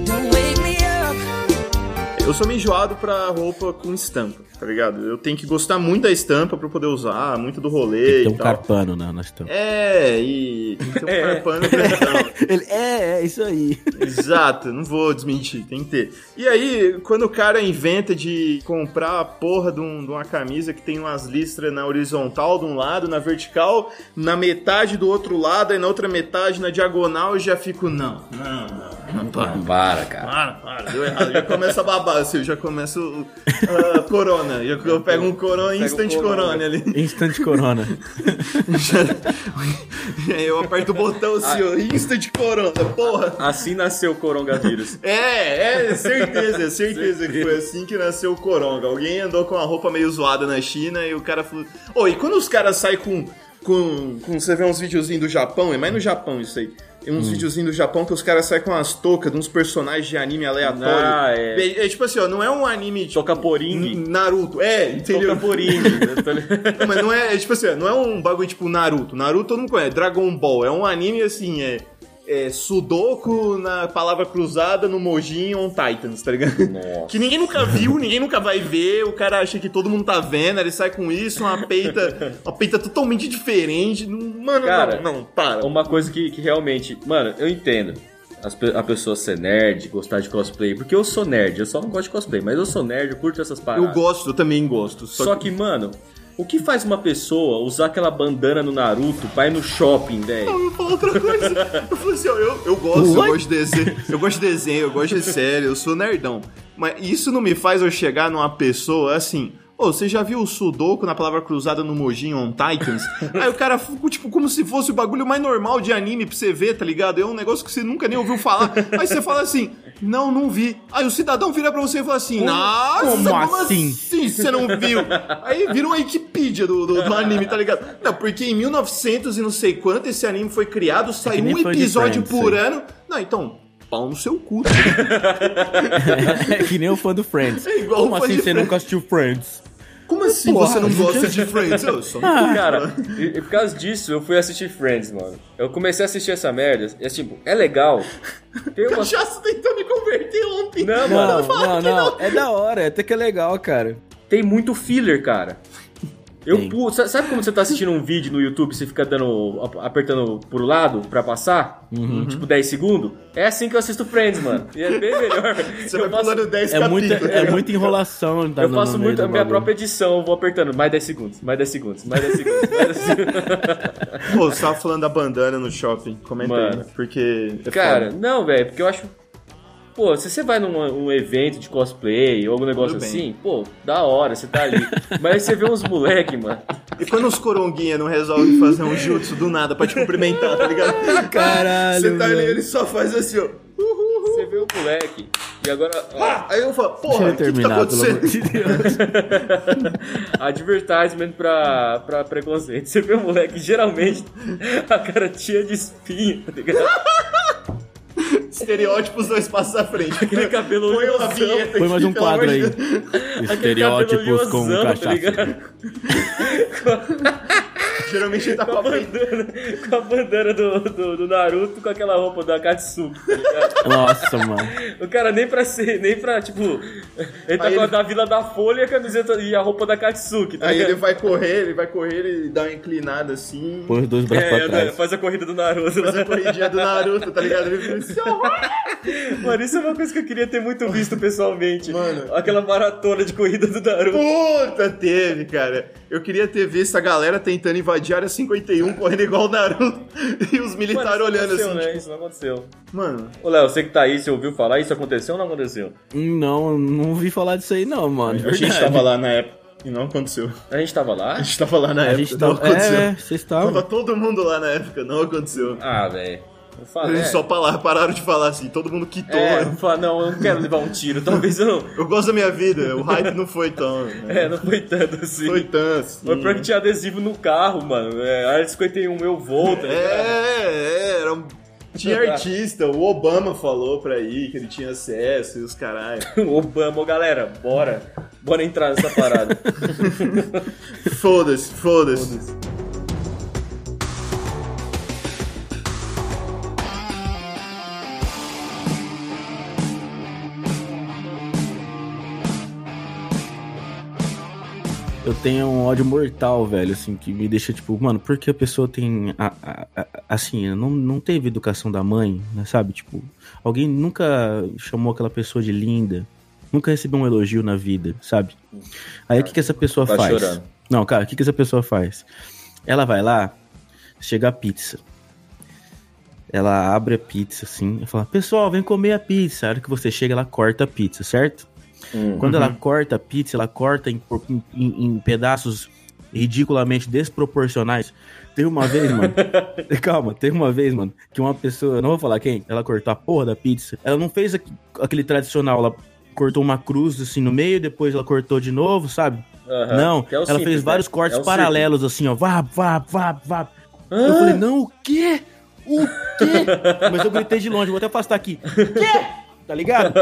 [SPEAKER 5] Don't wake me up.
[SPEAKER 1] Eu sou meio enjoado pra roupa com estampa, tá ligado? Eu tenho que gostar muito da estampa pra eu poder usar, muito do rolê
[SPEAKER 3] Tem um
[SPEAKER 1] e tal.
[SPEAKER 3] carpano na, na estampa.
[SPEAKER 1] É, e tem que ter um
[SPEAKER 4] É.
[SPEAKER 1] carpano grandão.
[SPEAKER 3] Ele, é, é isso aí.
[SPEAKER 1] Exato, não vou desmentir, tem que ter. E aí, quando o cara inventa de comprar a porra de, um- de uma camisa que tem umas listras na horizontal de um lado, na vertical, na metade do outro lado, e na outra metade na diagonal, eu já fico, não, não, não, não, para.
[SPEAKER 4] Para, cara.
[SPEAKER 1] Para, para, deu errado. Já começa a babar, assim, eu já começo o- a corona. corona. E eu, eu pego um corona,
[SPEAKER 4] Pega um
[SPEAKER 1] instant
[SPEAKER 4] corona.
[SPEAKER 1] corona ali.
[SPEAKER 3] Instant Corona.
[SPEAKER 1] E aí eu aperto o botão assim, ó, instant corona, porra.
[SPEAKER 4] Assim nasceu o coronavírus.
[SPEAKER 1] É, é, certeza, é certeza que foi assim que nasceu o Coronga. Alguém andou com uma roupa meio zoada na China e o cara falou. Ô, e quando os caras saem com, com, com- Você vê uns videozinhos do Japão, é mais no Japão isso aí. Tem
[SPEAKER 4] Hum.
[SPEAKER 1] uns videozinhos do Japão que os caras saem com umas toucas de uns personagens de anime aleatório.
[SPEAKER 4] Ah, é.
[SPEAKER 1] é. tipo assim, ó, não é um anime tipo,
[SPEAKER 4] Tocaporingue.
[SPEAKER 1] N- Naruto. É, entendeu?
[SPEAKER 4] Tocaporingue.
[SPEAKER 1] Não, mas não é, é tipo assim, não é um bagulho tipo Naruto. Naruto todo mundo conhece, Dragon Ball. É um anime assim, é. É Sudoku na palavra cruzada no Mojin on Titans, tá ligado?
[SPEAKER 4] Nossa.
[SPEAKER 1] Que ninguém nunca viu, ninguém nunca vai ver, o cara acha que todo mundo tá vendo, ele sai com isso, uma peita, uma peita totalmente diferente. não- Mano,
[SPEAKER 4] Cara,
[SPEAKER 1] não, não, para.
[SPEAKER 4] Uma coisa que, que realmente. Mano, eu entendo. as pe- a pessoa ser nerd, gostar de cosplay. Porque eu sou nerd, eu só não gosto de cosplay. Mas eu sou nerd, eu curto essas paradas.
[SPEAKER 1] Eu gosto, eu também gosto. Só,
[SPEAKER 4] Só
[SPEAKER 1] que,
[SPEAKER 4] que, mano, o que faz uma pessoa usar aquela bandana no Naruto pra ir no shopping, velho?
[SPEAKER 1] eu falo outra coisa. Eu falo assim, ó, eu, eu gosto, eu
[SPEAKER 3] What?
[SPEAKER 1] gosto de desenho, eu gosto de desenho, eu gosto de série, eu sou nerdão. Mas isso não me faz eu chegar numa pessoa assim. Ô, você já viu o Sudoku na palavra cruzada no Mojin on Titans? Aí o cara ficou, tipo, como se fosse o bagulho mais normal de anime pra você ver, tá ligado? É um negócio que você nunca nem ouviu falar. Aí você fala assim, não, não vi. Aí o cidadão vira pra você e fala assim, nossa,
[SPEAKER 3] como
[SPEAKER 1] assim?
[SPEAKER 3] assim?"
[SPEAKER 1] Sim, você não viu. Aí virou a Wikipedia do, do, do anime, tá ligado? Não, porque em 1900 e não sei quanto esse anime foi criado, sai
[SPEAKER 3] É que nem
[SPEAKER 1] um
[SPEAKER 3] foi de
[SPEAKER 1] episódio
[SPEAKER 3] Friends, é.
[SPEAKER 1] por
[SPEAKER 3] sim.
[SPEAKER 1] ano. Não, então, pau no seu cu.
[SPEAKER 3] É que nem o fã do Friends.
[SPEAKER 1] É igual
[SPEAKER 3] Como
[SPEAKER 1] o fã
[SPEAKER 3] assim
[SPEAKER 1] de
[SPEAKER 3] você
[SPEAKER 1] Friends.
[SPEAKER 3] nunca assistiu Friends?
[SPEAKER 1] Como assim
[SPEAKER 3] Porra, Ah.
[SPEAKER 1] você não
[SPEAKER 3] gente,
[SPEAKER 1] gosta de Friends? Eu sou um cu,
[SPEAKER 4] Cara,
[SPEAKER 1] mano.
[SPEAKER 4] e, e por causa disso, eu fui assistir Friends, mano. Eu comecei a assistir essa merda. E, tipo, é legal. Tem umas
[SPEAKER 1] Cachaça tentou me converter ontem.
[SPEAKER 4] Não,
[SPEAKER 3] Não, não,
[SPEAKER 4] mano.
[SPEAKER 3] não. É da hora, até que é legal, cara.
[SPEAKER 4] Tem muito filler, cara. Eu
[SPEAKER 3] Tem.
[SPEAKER 4] pulo. sa- Sabe quando você tá assistindo um vídeo no YouTube e você fica dando. ap- apertando pro lado pra passar?
[SPEAKER 3] Uhum.
[SPEAKER 4] Tipo 10 segundos? É assim que eu assisto Friends, mano. E é bem melhor.
[SPEAKER 1] Você
[SPEAKER 4] eu
[SPEAKER 1] vai
[SPEAKER 4] faço-
[SPEAKER 1] pulando 10
[SPEAKER 3] É muita,
[SPEAKER 1] capítulos.
[SPEAKER 3] é muita enrolação. tá,
[SPEAKER 4] Eu
[SPEAKER 3] no-
[SPEAKER 4] faço
[SPEAKER 3] no meio
[SPEAKER 4] muito a
[SPEAKER 3] do
[SPEAKER 4] minha
[SPEAKER 3] bagulho.
[SPEAKER 4] própria edição, eu vou apertando mais 10 segundos, mais 10 segundos, mais 10 segundos, mais 10 segundos.
[SPEAKER 3] é-
[SPEAKER 1] Pô, você tava falando da bandana no shopping. Comenta aí,
[SPEAKER 4] Mano.
[SPEAKER 1] porque... é
[SPEAKER 4] Cara,
[SPEAKER 1] foda.
[SPEAKER 4] não, velho, porque eu acho. Pô, se você vai num um evento de cosplay ou algum negócio
[SPEAKER 1] Tudo bem.
[SPEAKER 4] assim, pô, da hora, você tá ali. Mas você vê uns moleque, mano.
[SPEAKER 1] E quando os coronguinha não resolvem fazer um jutsu do nada pra te cumprimentar, tá ligado?
[SPEAKER 3] Caralho,
[SPEAKER 1] Você tá ali,
[SPEAKER 3] velho.
[SPEAKER 1] ele só faz assim, ó.
[SPEAKER 4] Você vê o moleque. E agora. ó,
[SPEAKER 1] Aí eu falo,
[SPEAKER 3] Deixa
[SPEAKER 1] porra,
[SPEAKER 3] eu
[SPEAKER 1] o que, que tá
[SPEAKER 3] terminar, pelo amor
[SPEAKER 1] acontecendo?
[SPEAKER 3] de Deus.
[SPEAKER 4] Advertisement pra, pra preconceito. Você vê o moleque, geralmente, a cara tinha de espinho, tá ligado?
[SPEAKER 1] Estereótipos dois passos à frente.
[SPEAKER 4] Aquele cabelo
[SPEAKER 1] Põe uma
[SPEAKER 4] liosão.
[SPEAKER 1] vinheta
[SPEAKER 3] Põe
[SPEAKER 1] aqui,
[SPEAKER 3] mais um
[SPEAKER 1] pelo
[SPEAKER 3] quadro
[SPEAKER 1] amor
[SPEAKER 3] aí.
[SPEAKER 1] de Deus.
[SPEAKER 4] Aquele cabelo
[SPEAKER 3] Estereótipos com um
[SPEAKER 4] liosão, tá
[SPEAKER 3] cachaça.
[SPEAKER 4] ligado?
[SPEAKER 1] Geralmente ele tá
[SPEAKER 4] Com
[SPEAKER 1] com
[SPEAKER 4] a
[SPEAKER 1] a frente.
[SPEAKER 4] bandana, com a bandana do, do, do Naruto com aquela roupa da Katsuki, tá ligado?
[SPEAKER 3] Nossa, mano.
[SPEAKER 4] O cara nem pra ser, nem pra, tipo. Ele tá
[SPEAKER 1] Aí
[SPEAKER 4] com a
[SPEAKER 1] ele-
[SPEAKER 4] da Vila da Folha e a camiseta e a roupa da Katsuki, tá
[SPEAKER 1] Aí
[SPEAKER 4] ligado?
[SPEAKER 1] ele vai correr, ele vai correr, ele dá uma inclinada assim.
[SPEAKER 3] Põe os dois braços
[SPEAKER 4] É,
[SPEAKER 3] pra
[SPEAKER 4] é,
[SPEAKER 3] trás.
[SPEAKER 4] faz a corrida do Naruto.
[SPEAKER 1] Faz a
[SPEAKER 4] Né?
[SPEAKER 1] corridinha do Naruto, tá ligado? Ele fica assim, ó.
[SPEAKER 4] Mano, isso é uma coisa que eu queria ter muito visto pessoalmente.
[SPEAKER 1] Mano.
[SPEAKER 4] Aquela maratona de corrida do Naruto.
[SPEAKER 1] Puta, teve, cara. Eu queria ter visto a galera tentando invadir a área 51 correndo igual o Naruto. E os militares
[SPEAKER 4] Mano, isso
[SPEAKER 1] olhando
[SPEAKER 4] aconteceu,
[SPEAKER 1] assim.
[SPEAKER 4] né? Isso não aconteceu.
[SPEAKER 1] tipo, Mano,
[SPEAKER 4] Ô, Léo, você que tá aí, você ouviu falar? Isso aconteceu ou não aconteceu?
[SPEAKER 3] Hum, Não, não ouvi falar disso aí, não, mano.
[SPEAKER 4] É
[SPEAKER 3] tá-
[SPEAKER 1] a gente tava lá na época e não aconteceu.
[SPEAKER 4] A gente tava lá?
[SPEAKER 1] A gente tava lá na
[SPEAKER 3] A
[SPEAKER 1] época,
[SPEAKER 3] gente
[SPEAKER 1] não
[SPEAKER 3] tava.
[SPEAKER 1] aconteceu.
[SPEAKER 3] É, é, vocês
[SPEAKER 1] Tava
[SPEAKER 3] estavam.
[SPEAKER 1] todo mundo lá na época, não aconteceu.
[SPEAKER 4] Ah, velho. Eu falei.
[SPEAKER 1] Eles só pala- pararam de falar assim, todo mundo quitou.
[SPEAKER 4] É, eu falei, não, eu não quero levar um tiro. Talvez eu não.
[SPEAKER 1] Eu gosto da minha vida, o hype não foi tão. né?
[SPEAKER 4] É, não foi tanto assim.
[SPEAKER 1] Foi tão assim.
[SPEAKER 4] Foi pior que tinha adesivo no carro, mano. É, área 51, eu volto. tá ligado?
[SPEAKER 1] É, é, era um... Tinha artista, o Obama falou pra ir que ele tinha acesso e os caralho.
[SPEAKER 4] Obama, ô, galera, bora. Bora entrar nessa parada.
[SPEAKER 1] Foda-se, foda-se.
[SPEAKER 3] Eu tenho um ódio mortal, velho, assim, que me deixa tipo, mano, por que a pessoa tem. a- a- a- assim, não, não teve educação da mãe, né, sabe? Tipo, alguém nunca chamou aquela pessoa de linda, nunca recebeu um elogio na vida, sabe? Aí o que, que essa pessoa
[SPEAKER 4] tá
[SPEAKER 3] faz?
[SPEAKER 4] chorando.
[SPEAKER 3] Não, cara, o que, que essa pessoa faz? Ela vai lá, chega a pizza. Ela abre a pizza, assim, e fala, pessoal, vem comer a pizza. A hora que você chega, ela corta a pizza, certo? Quando ela corta a pizza, ela corta em, por- em- em- em pedaços ridiculamente desproporcionais. Teve uma vez, mano. calma, teve uma vez, mano, que uma pessoa, não vou falar quem, ela cortou a porra da pizza. Ela não fez aqu- aquele tradicional, ela cortou uma cruz assim no meio, depois ela cortou de novo, sabe?
[SPEAKER 4] Aham.
[SPEAKER 3] Não,
[SPEAKER 4] Que é o
[SPEAKER 3] ela
[SPEAKER 4] simples,
[SPEAKER 3] fez
[SPEAKER 4] né?
[SPEAKER 3] vários cortes
[SPEAKER 4] É o
[SPEAKER 3] paralelos, assim, ó. Vá, vá, vá, vá. Eu falei, não, o quê? O quê? Mas eu gritei de longe, vou até afastar aqui. Quê? Tá ligado?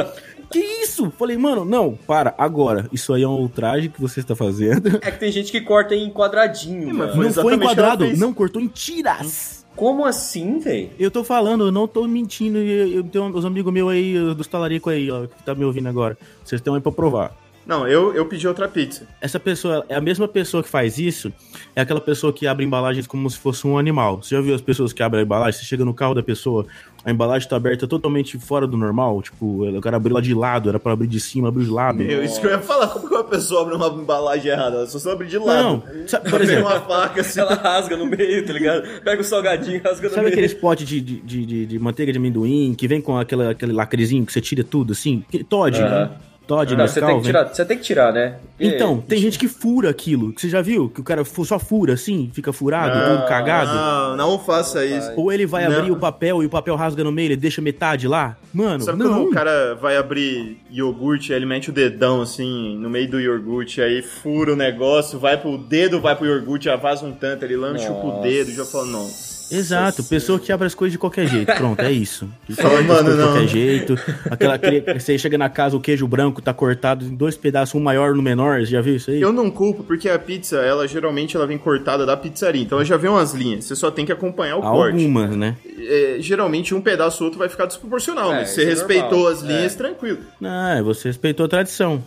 [SPEAKER 3] Que isso? Falei, mano, não, para, agora. Isso aí é um ultraje que você está fazendo.
[SPEAKER 4] É que tem gente que corta em quadradinho, mano.
[SPEAKER 1] Foi
[SPEAKER 3] não foi
[SPEAKER 1] exatamente o que ela
[SPEAKER 3] enquadrado,
[SPEAKER 1] fez.
[SPEAKER 3] não cortou em tiras.
[SPEAKER 4] Como assim, velho?
[SPEAKER 3] Eu tô falando, eu não tô mentindo. e Eu, eu tenho uns amigos meus aí, dos talarico aí, ó, que tá me ouvindo agora. Vocês estão aí pra provar.
[SPEAKER 1] Não, eu, eu pedi outra pizza.
[SPEAKER 3] Essa pessoa, é a mesma pessoa que faz isso, é aquela pessoa que abre embalagens como se fosse um animal. Você já viu as pessoas que abrem a embalagem? Você chega no carro da pessoa, a embalagem tá aberta totalmente fora do normal. Tipo, o cara abriu lá de lado, era pra abrir de cima, abriu de lado.
[SPEAKER 1] Eu, isso que eu ia falar, como que uma pessoa abre uma embalagem errada? Ela só se abre de lado.
[SPEAKER 3] Não, sabe, por exemplo-
[SPEAKER 1] Tem uma faca assim.
[SPEAKER 4] Ela rasga no meio, tá ligado? Pega o salgadinho e rasga no
[SPEAKER 3] Sabe
[SPEAKER 4] meio.
[SPEAKER 3] aqueles potes de, de, de, de- de manteiga de amendoim que vem com aquela, aquele lacrezinho que você tira tudo, assim? Que- Todd,
[SPEAKER 4] Aham.
[SPEAKER 3] né? Todd,
[SPEAKER 4] Não, você
[SPEAKER 3] Nescau,
[SPEAKER 4] tem, que
[SPEAKER 3] vem-
[SPEAKER 4] tirar, você tem que tirar, né? Porque-
[SPEAKER 3] Então, tem gente que fura aquilo. Que você já viu? Que o cara fu- só fura assim, fica furado,
[SPEAKER 1] Ah,
[SPEAKER 3] todo cagado.
[SPEAKER 1] Não, não faça isso.
[SPEAKER 3] Ou ele vai abrir
[SPEAKER 1] Não.
[SPEAKER 3] o papel e o papel rasga no meio, ele deixa metade lá? Mano,
[SPEAKER 1] Sabe
[SPEAKER 3] não.
[SPEAKER 1] quando o cara vai abrir iogurte, ele mete o dedão assim no meio do iogurte, aí fura o negócio, vai pro dedo, vai pro iogurte, já vaza um tanto, ele lama, chupa o
[SPEAKER 4] Nossa.
[SPEAKER 1] dedo, já fala, não.
[SPEAKER 3] Exato, pessoa que abre as coisas de qualquer jeito. Pronto, é isso. Que corta as
[SPEAKER 1] mano,
[SPEAKER 3] coisas de
[SPEAKER 1] não.
[SPEAKER 3] qualquer jeito. Aquela que você chega na casa, o queijo branco tá cortado em dois pedaços, um maior no menor. Você já viu isso aí?
[SPEAKER 1] Eu não culpo, porque a pizza, ela geralmente ela vem cortada da pizzaria, então ela já vem umas linhas, você só tem que acompanhar o corte.
[SPEAKER 3] Algumas, né?
[SPEAKER 1] É, geralmente um pedaço ou outro vai ficar desproporcional,
[SPEAKER 4] É,
[SPEAKER 1] mas você
[SPEAKER 4] isso é
[SPEAKER 1] respeitou
[SPEAKER 4] normal,
[SPEAKER 1] as linhas, tranquilo.
[SPEAKER 3] Não, Ah, é, você respeitou a tradição.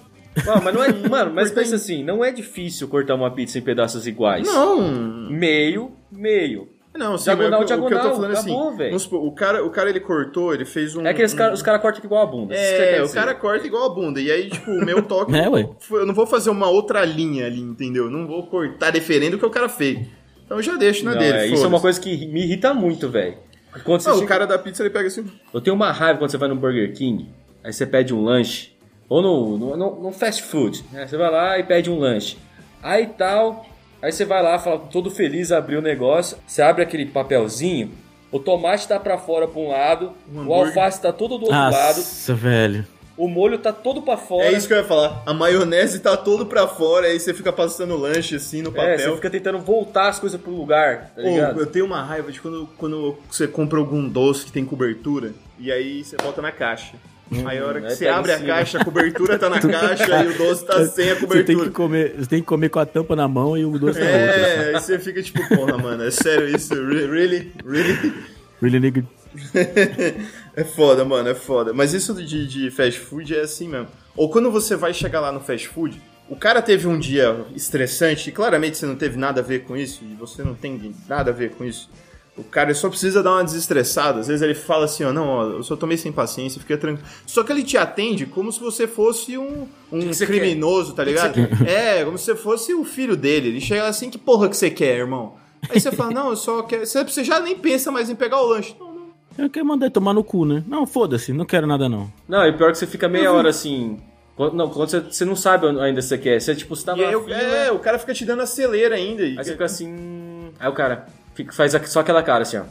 [SPEAKER 4] Ah, mas não é, mano, mas pensa assim, não é difícil cortar uma pizza em pedaços iguais.
[SPEAKER 1] Não,
[SPEAKER 4] Meio, meio.
[SPEAKER 1] não, sim,
[SPEAKER 4] Diagonal,
[SPEAKER 1] mas o que- o, que eu tô
[SPEAKER 4] diagonal,
[SPEAKER 1] falando é assim,
[SPEAKER 4] acabou, velho.
[SPEAKER 1] vamos supor, o cara, o cara ele cortou, ele fez um...
[SPEAKER 4] É que os
[SPEAKER 1] um-
[SPEAKER 4] caras cara cortam igual a bunda. assim. isso que você quer
[SPEAKER 1] É, o
[SPEAKER 4] dizer.
[SPEAKER 1] cara corta igual a bunda. E aí, tipo, o meu toque.
[SPEAKER 4] Né?
[SPEAKER 3] É, ué.
[SPEAKER 1] Eu não vou fazer uma outra linha ali, entendeu? Eu Não vou cortar diferente o que o cara fez. Então eu já deixo na
[SPEAKER 4] Não,
[SPEAKER 1] dele.
[SPEAKER 4] é, isso é
[SPEAKER 1] foda-se.
[SPEAKER 4] uma coisa que me irrita muito, velho. Quando você
[SPEAKER 1] Não, o
[SPEAKER 4] chega-
[SPEAKER 1] cara da pizza ele pega assim.
[SPEAKER 4] Eu tenho uma raiva quando você vai no Burger King, aí você pede um lanche, ou no, no, no- no fast food, né? Você vai lá e pede um lanche. Aí tal, aí você vai lá, fala todo feliz, abriu o negócio, você abre aquele papelzinho, o tomate tá pra fora pra um lado, o
[SPEAKER 1] hambúrguer.
[SPEAKER 4] alface tá todo do outro lado,
[SPEAKER 3] Nossa, velho.
[SPEAKER 4] o molho tá todo pra fora.
[SPEAKER 1] É isso que eu ia falar. A maionese tá todo pra fora, aí você fica passando lanche assim no
[SPEAKER 4] É,
[SPEAKER 1] papel.
[SPEAKER 4] você fica tentando voltar as coisas pro lugar,
[SPEAKER 1] Pô,
[SPEAKER 4] tá ligado?
[SPEAKER 1] eu tenho uma raiva de quando, quando você compra algum doce que tem cobertura e aí você bota na caixa.
[SPEAKER 4] Hum,
[SPEAKER 1] aí a hora que
[SPEAKER 4] aí
[SPEAKER 1] você
[SPEAKER 4] pega em
[SPEAKER 1] abre a
[SPEAKER 4] cima.
[SPEAKER 1] caixa, a cobertura tá na caixa e o doce tá sem a
[SPEAKER 3] Você tem, que
[SPEAKER 1] cobertura.
[SPEAKER 3] comer, você tem que comer com a tampa na mão e o doce na outra.
[SPEAKER 1] É, aí você fica tipo, porra, mano, é sério isso? Re- Really? Really?
[SPEAKER 3] Really nigga.
[SPEAKER 1] É foda, mano, é foda. Mas isso de, de fast food é assim mesmo. Ou quando você vai chegar lá no fast food, o cara teve um dia estressante, e claramente você não teve nada a ver com isso, e você não tem nada a ver com isso. O cara só precisa dar uma desestressada. Às vezes ele fala assim, ó, não, ó, eu só tomei sem paciência, fica tranquilo. Só que ele te atende como se você fosse um, um
[SPEAKER 4] que você
[SPEAKER 1] criminoso, tá ligado? É, como se você fosse o filho dele. Ele chega assim, que porra que você quer, irmão? Aí você fala, não, eu só quero... Você você já nem pensa mais em pegar o lanche. Não, não,
[SPEAKER 3] Eu quero mandar tomar no cu, né? Não, foda-se, não quero nada não.
[SPEAKER 4] Não, e pior que você fica meia hora assim. quando- Não, quando você, você não sabe ainda se você quer. Você tipo, você tava
[SPEAKER 1] E aí,
[SPEAKER 4] na
[SPEAKER 1] o-
[SPEAKER 4] fila,
[SPEAKER 1] é, o cara fica te dando a celeira ainda. E-
[SPEAKER 4] Aí você fica assim. hum. Aí o cara fica, faz aqui- só aquela cara assim, ó.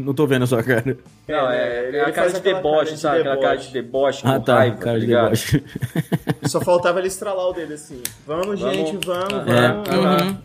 [SPEAKER 3] Não tô vendo a sua cara.
[SPEAKER 4] Não, é,
[SPEAKER 1] né, ele
[SPEAKER 4] é a cara
[SPEAKER 1] faz
[SPEAKER 4] de
[SPEAKER 1] aquela
[SPEAKER 4] deboche,
[SPEAKER 1] cara de
[SPEAKER 4] sabe? Aquela cara
[SPEAKER 1] deboche.
[SPEAKER 4] de deboche,
[SPEAKER 3] Ah,
[SPEAKER 4] com
[SPEAKER 3] tá,
[SPEAKER 4] raiva,
[SPEAKER 3] cara
[SPEAKER 4] tá
[SPEAKER 3] de
[SPEAKER 4] ligado?
[SPEAKER 3] deboche.
[SPEAKER 1] Só faltava ele estralar o dedo assim. Vamos, gente, vamos, vamos.
[SPEAKER 4] É, lá.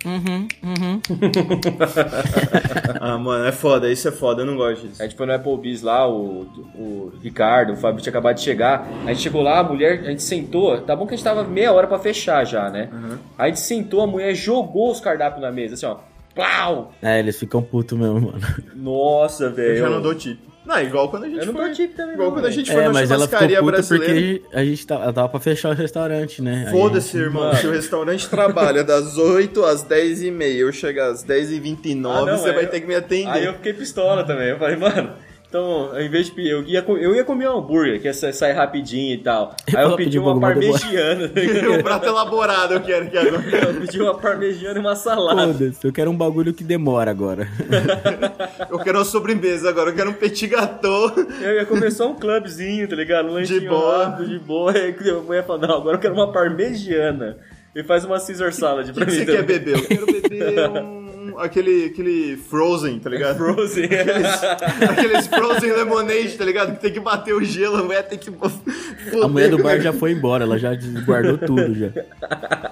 [SPEAKER 1] Ah, mano, é foda, isso é foda, eu não gosto disso.
[SPEAKER 4] A gente foi no Applebee's é lá, o, o Ricardo, o Fábio tinha acabado de chegar. A gente chegou lá, a mulher, a gente sentou. Tá bom que a gente tava meia hora pra fechar já, né?
[SPEAKER 1] Uhum.
[SPEAKER 4] Aí a gente sentou, a mulher jogou os cardápios na mesa, assim, ó. Plau!
[SPEAKER 3] É, eles ficam putos mesmo, mano.
[SPEAKER 4] Nossa, velho.
[SPEAKER 1] Eu já não dou tip. Não, é igual quando a gente
[SPEAKER 4] Eu não
[SPEAKER 1] foi.
[SPEAKER 4] dou tip também,
[SPEAKER 1] Igual
[SPEAKER 4] não,
[SPEAKER 1] quando a
[SPEAKER 4] velho.
[SPEAKER 1] gente foi
[SPEAKER 3] É,
[SPEAKER 1] na
[SPEAKER 3] mas ela ficou
[SPEAKER 1] churrascaria
[SPEAKER 3] puta
[SPEAKER 1] brasileira.
[SPEAKER 3] porque a gente tava, ela tava pra fechar o restaurante, né? Aí-
[SPEAKER 1] Foda-se, irmão.
[SPEAKER 4] Mano.
[SPEAKER 1] Se o restaurante trabalha das 8 às 10 e meia, eu chegar às 10 e 29,
[SPEAKER 4] Ah, não,
[SPEAKER 1] você
[SPEAKER 4] é,
[SPEAKER 1] vai
[SPEAKER 4] eu-
[SPEAKER 1] ter que me atender.
[SPEAKER 4] Aí eu fiquei pistola também. Eu falei, mano, Então, ao invés de pe- eu ia, co- eu ia comer um hambúrguer, que essa- sai rapidinho e tal.
[SPEAKER 3] Eu
[SPEAKER 4] Aí eu
[SPEAKER 3] vou
[SPEAKER 4] pedi
[SPEAKER 3] pedir
[SPEAKER 4] uma
[SPEAKER 3] um Bogumã depois.
[SPEAKER 4] parmegiana. tá
[SPEAKER 1] um prato elaborado eu quero que agora.
[SPEAKER 4] eu pedi uma parmegiana e uma salada.
[SPEAKER 3] Foda-se, eu quero um bagulho que demora agora.
[SPEAKER 1] Eu quero uma sobremesa agora, eu quero um petit gâteau.
[SPEAKER 4] Eu ia comer só um clubzinho, tá ligado? Um lanchinho
[SPEAKER 1] De boa.
[SPEAKER 4] rápido, de boa. Aí a mulher fala, não, agora eu quero uma parmegiana. E faz uma Caesar salad
[SPEAKER 1] O
[SPEAKER 4] pra
[SPEAKER 1] que, que
[SPEAKER 4] mim
[SPEAKER 1] você quer
[SPEAKER 4] também.
[SPEAKER 1] beber? Eu quero beber um. um- Aquele, aquele Frozen, tá ligado?
[SPEAKER 4] Frozen.
[SPEAKER 1] Aqueles, aqueles Frozen Lemonade, tá ligado? Que tem que bater o gelo, a mulher tem que. né?
[SPEAKER 3] A mulher do bar já foi embora, ela já guardou tudo já.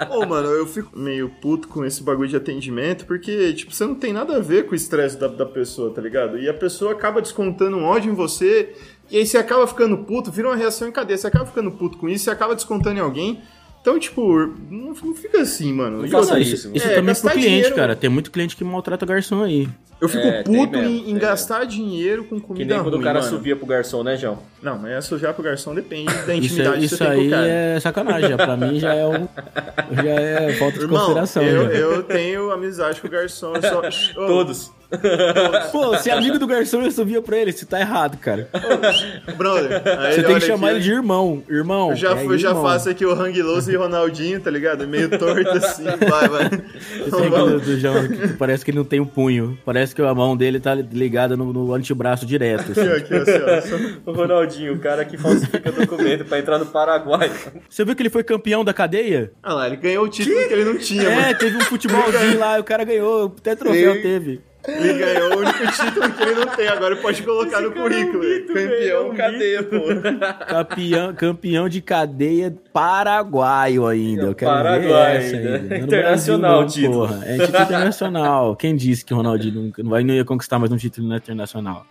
[SPEAKER 1] Ô, mano, eu fico meio puto com esse bagulho de atendimento, porque, tipo, você não tem nada a ver com o estresse da, da pessoa, tá ligado? E a pessoa acaba descontando um ódio em você, e aí você acaba ficando puto, vira uma reação em cadeia. Você acaba ficando puto com isso, você acaba descontando em alguém. Então, tipo, não, não fica assim, mano.
[SPEAKER 4] Não
[SPEAKER 1] E
[SPEAKER 4] faça
[SPEAKER 1] outra,
[SPEAKER 4] isso.
[SPEAKER 3] Isso
[SPEAKER 1] É,
[SPEAKER 3] também
[SPEAKER 1] gastar
[SPEAKER 3] pro cliente,
[SPEAKER 1] dinheiro-
[SPEAKER 3] cara. Tem muito cliente que maltrata garçom aí.
[SPEAKER 1] Eu fico
[SPEAKER 4] É, tem
[SPEAKER 1] puto
[SPEAKER 4] mesmo,
[SPEAKER 1] em, em
[SPEAKER 4] tem mesmo.
[SPEAKER 1] gastar dinheiro com comida
[SPEAKER 4] Que nem quando
[SPEAKER 1] ruim,
[SPEAKER 4] o cara
[SPEAKER 1] mano.
[SPEAKER 4] subia pro garçom, né, João?
[SPEAKER 1] Não, mas é sujar pro garçom depende da
[SPEAKER 3] Isso, é-
[SPEAKER 1] intimidade que
[SPEAKER 3] isso
[SPEAKER 1] você tem com o
[SPEAKER 3] aí
[SPEAKER 1] cara.
[SPEAKER 3] é sacanagem. já. Pra mim já é um. Já é falta de
[SPEAKER 1] Irmão,
[SPEAKER 3] consideração. né?
[SPEAKER 1] eu,
[SPEAKER 3] já.
[SPEAKER 1] eu tenho amizade com o garçom, eu só... Ô,
[SPEAKER 4] Todos.
[SPEAKER 3] Pô, se é amigo do garçom eu subia pra ele, você tá errado, cara.
[SPEAKER 1] Brother, aí
[SPEAKER 3] Você tem
[SPEAKER 1] olha
[SPEAKER 3] que chamar
[SPEAKER 1] aqui,
[SPEAKER 3] ele de irmão. Irmão.
[SPEAKER 1] Eu já,
[SPEAKER 3] é
[SPEAKER 1] fui- já
[SPEAKER 3] irmão.
[SPEAKER 1] faço aqui o Hang Loose e Ronaldinho, tá ligado? Meio torto assim, vai, vai.
[SPEAKER 3] Esse
[SPEAKER 1] Vamos-
[SPEAKER 3] aqui do, do João, que parece que ele não tem um punho. Parece que a mão dele tá ligada no, no antebraço direto. assim.
[SPEAKER 1] Aqui, assim, ó, só-
[SPEAKER 4] O Ronaldinho, o cara que falsifica documento pra entrar no Paraguai.
[SPEAKER 3] Você viu que ele foi campeão da cadeia?
[SPEAKER 1] Olha lá, ele ganhou o título que ele não tinha,
[SPEAKER 3] É,
[SPEAKER 1] mano.
[SPEAKER 3] teve um futebolzinho lá, o cara ganhou, até troféu
[SPEAKER 1] Ei.
[SPEAKER 3] teve.
[SPEAKER 1] Ele ganhou o único título que ele não tem, agora ele pode colocar no
[SPEAKER 3] um
[SPEAKER 1] currículo.
[SPEAKER 4] velho, é
[SPEAKER 1] Campeão,
[SPEAKER 4] um
[SPEAKER 1] cadê, pô?
[SPEAKER 3] Campeão, campeão de cadeia paraguaio ainda. Eu quero
[SPEAKER 4] Paraguai
[SPEAKER 3] ver essa
[SPEAKER 4] ainda.
[SPEAKER 3] ainda. Não é no
[SPEAKER 4] Internacional
[SPEAKER 3] Brasil não,
[SPEAKER 4] título.
[SPEAKER 3] porra. É título internacional. Quem disse que o Ronaldinho nunca- não, vai- não ia conquistar mais um título internacional?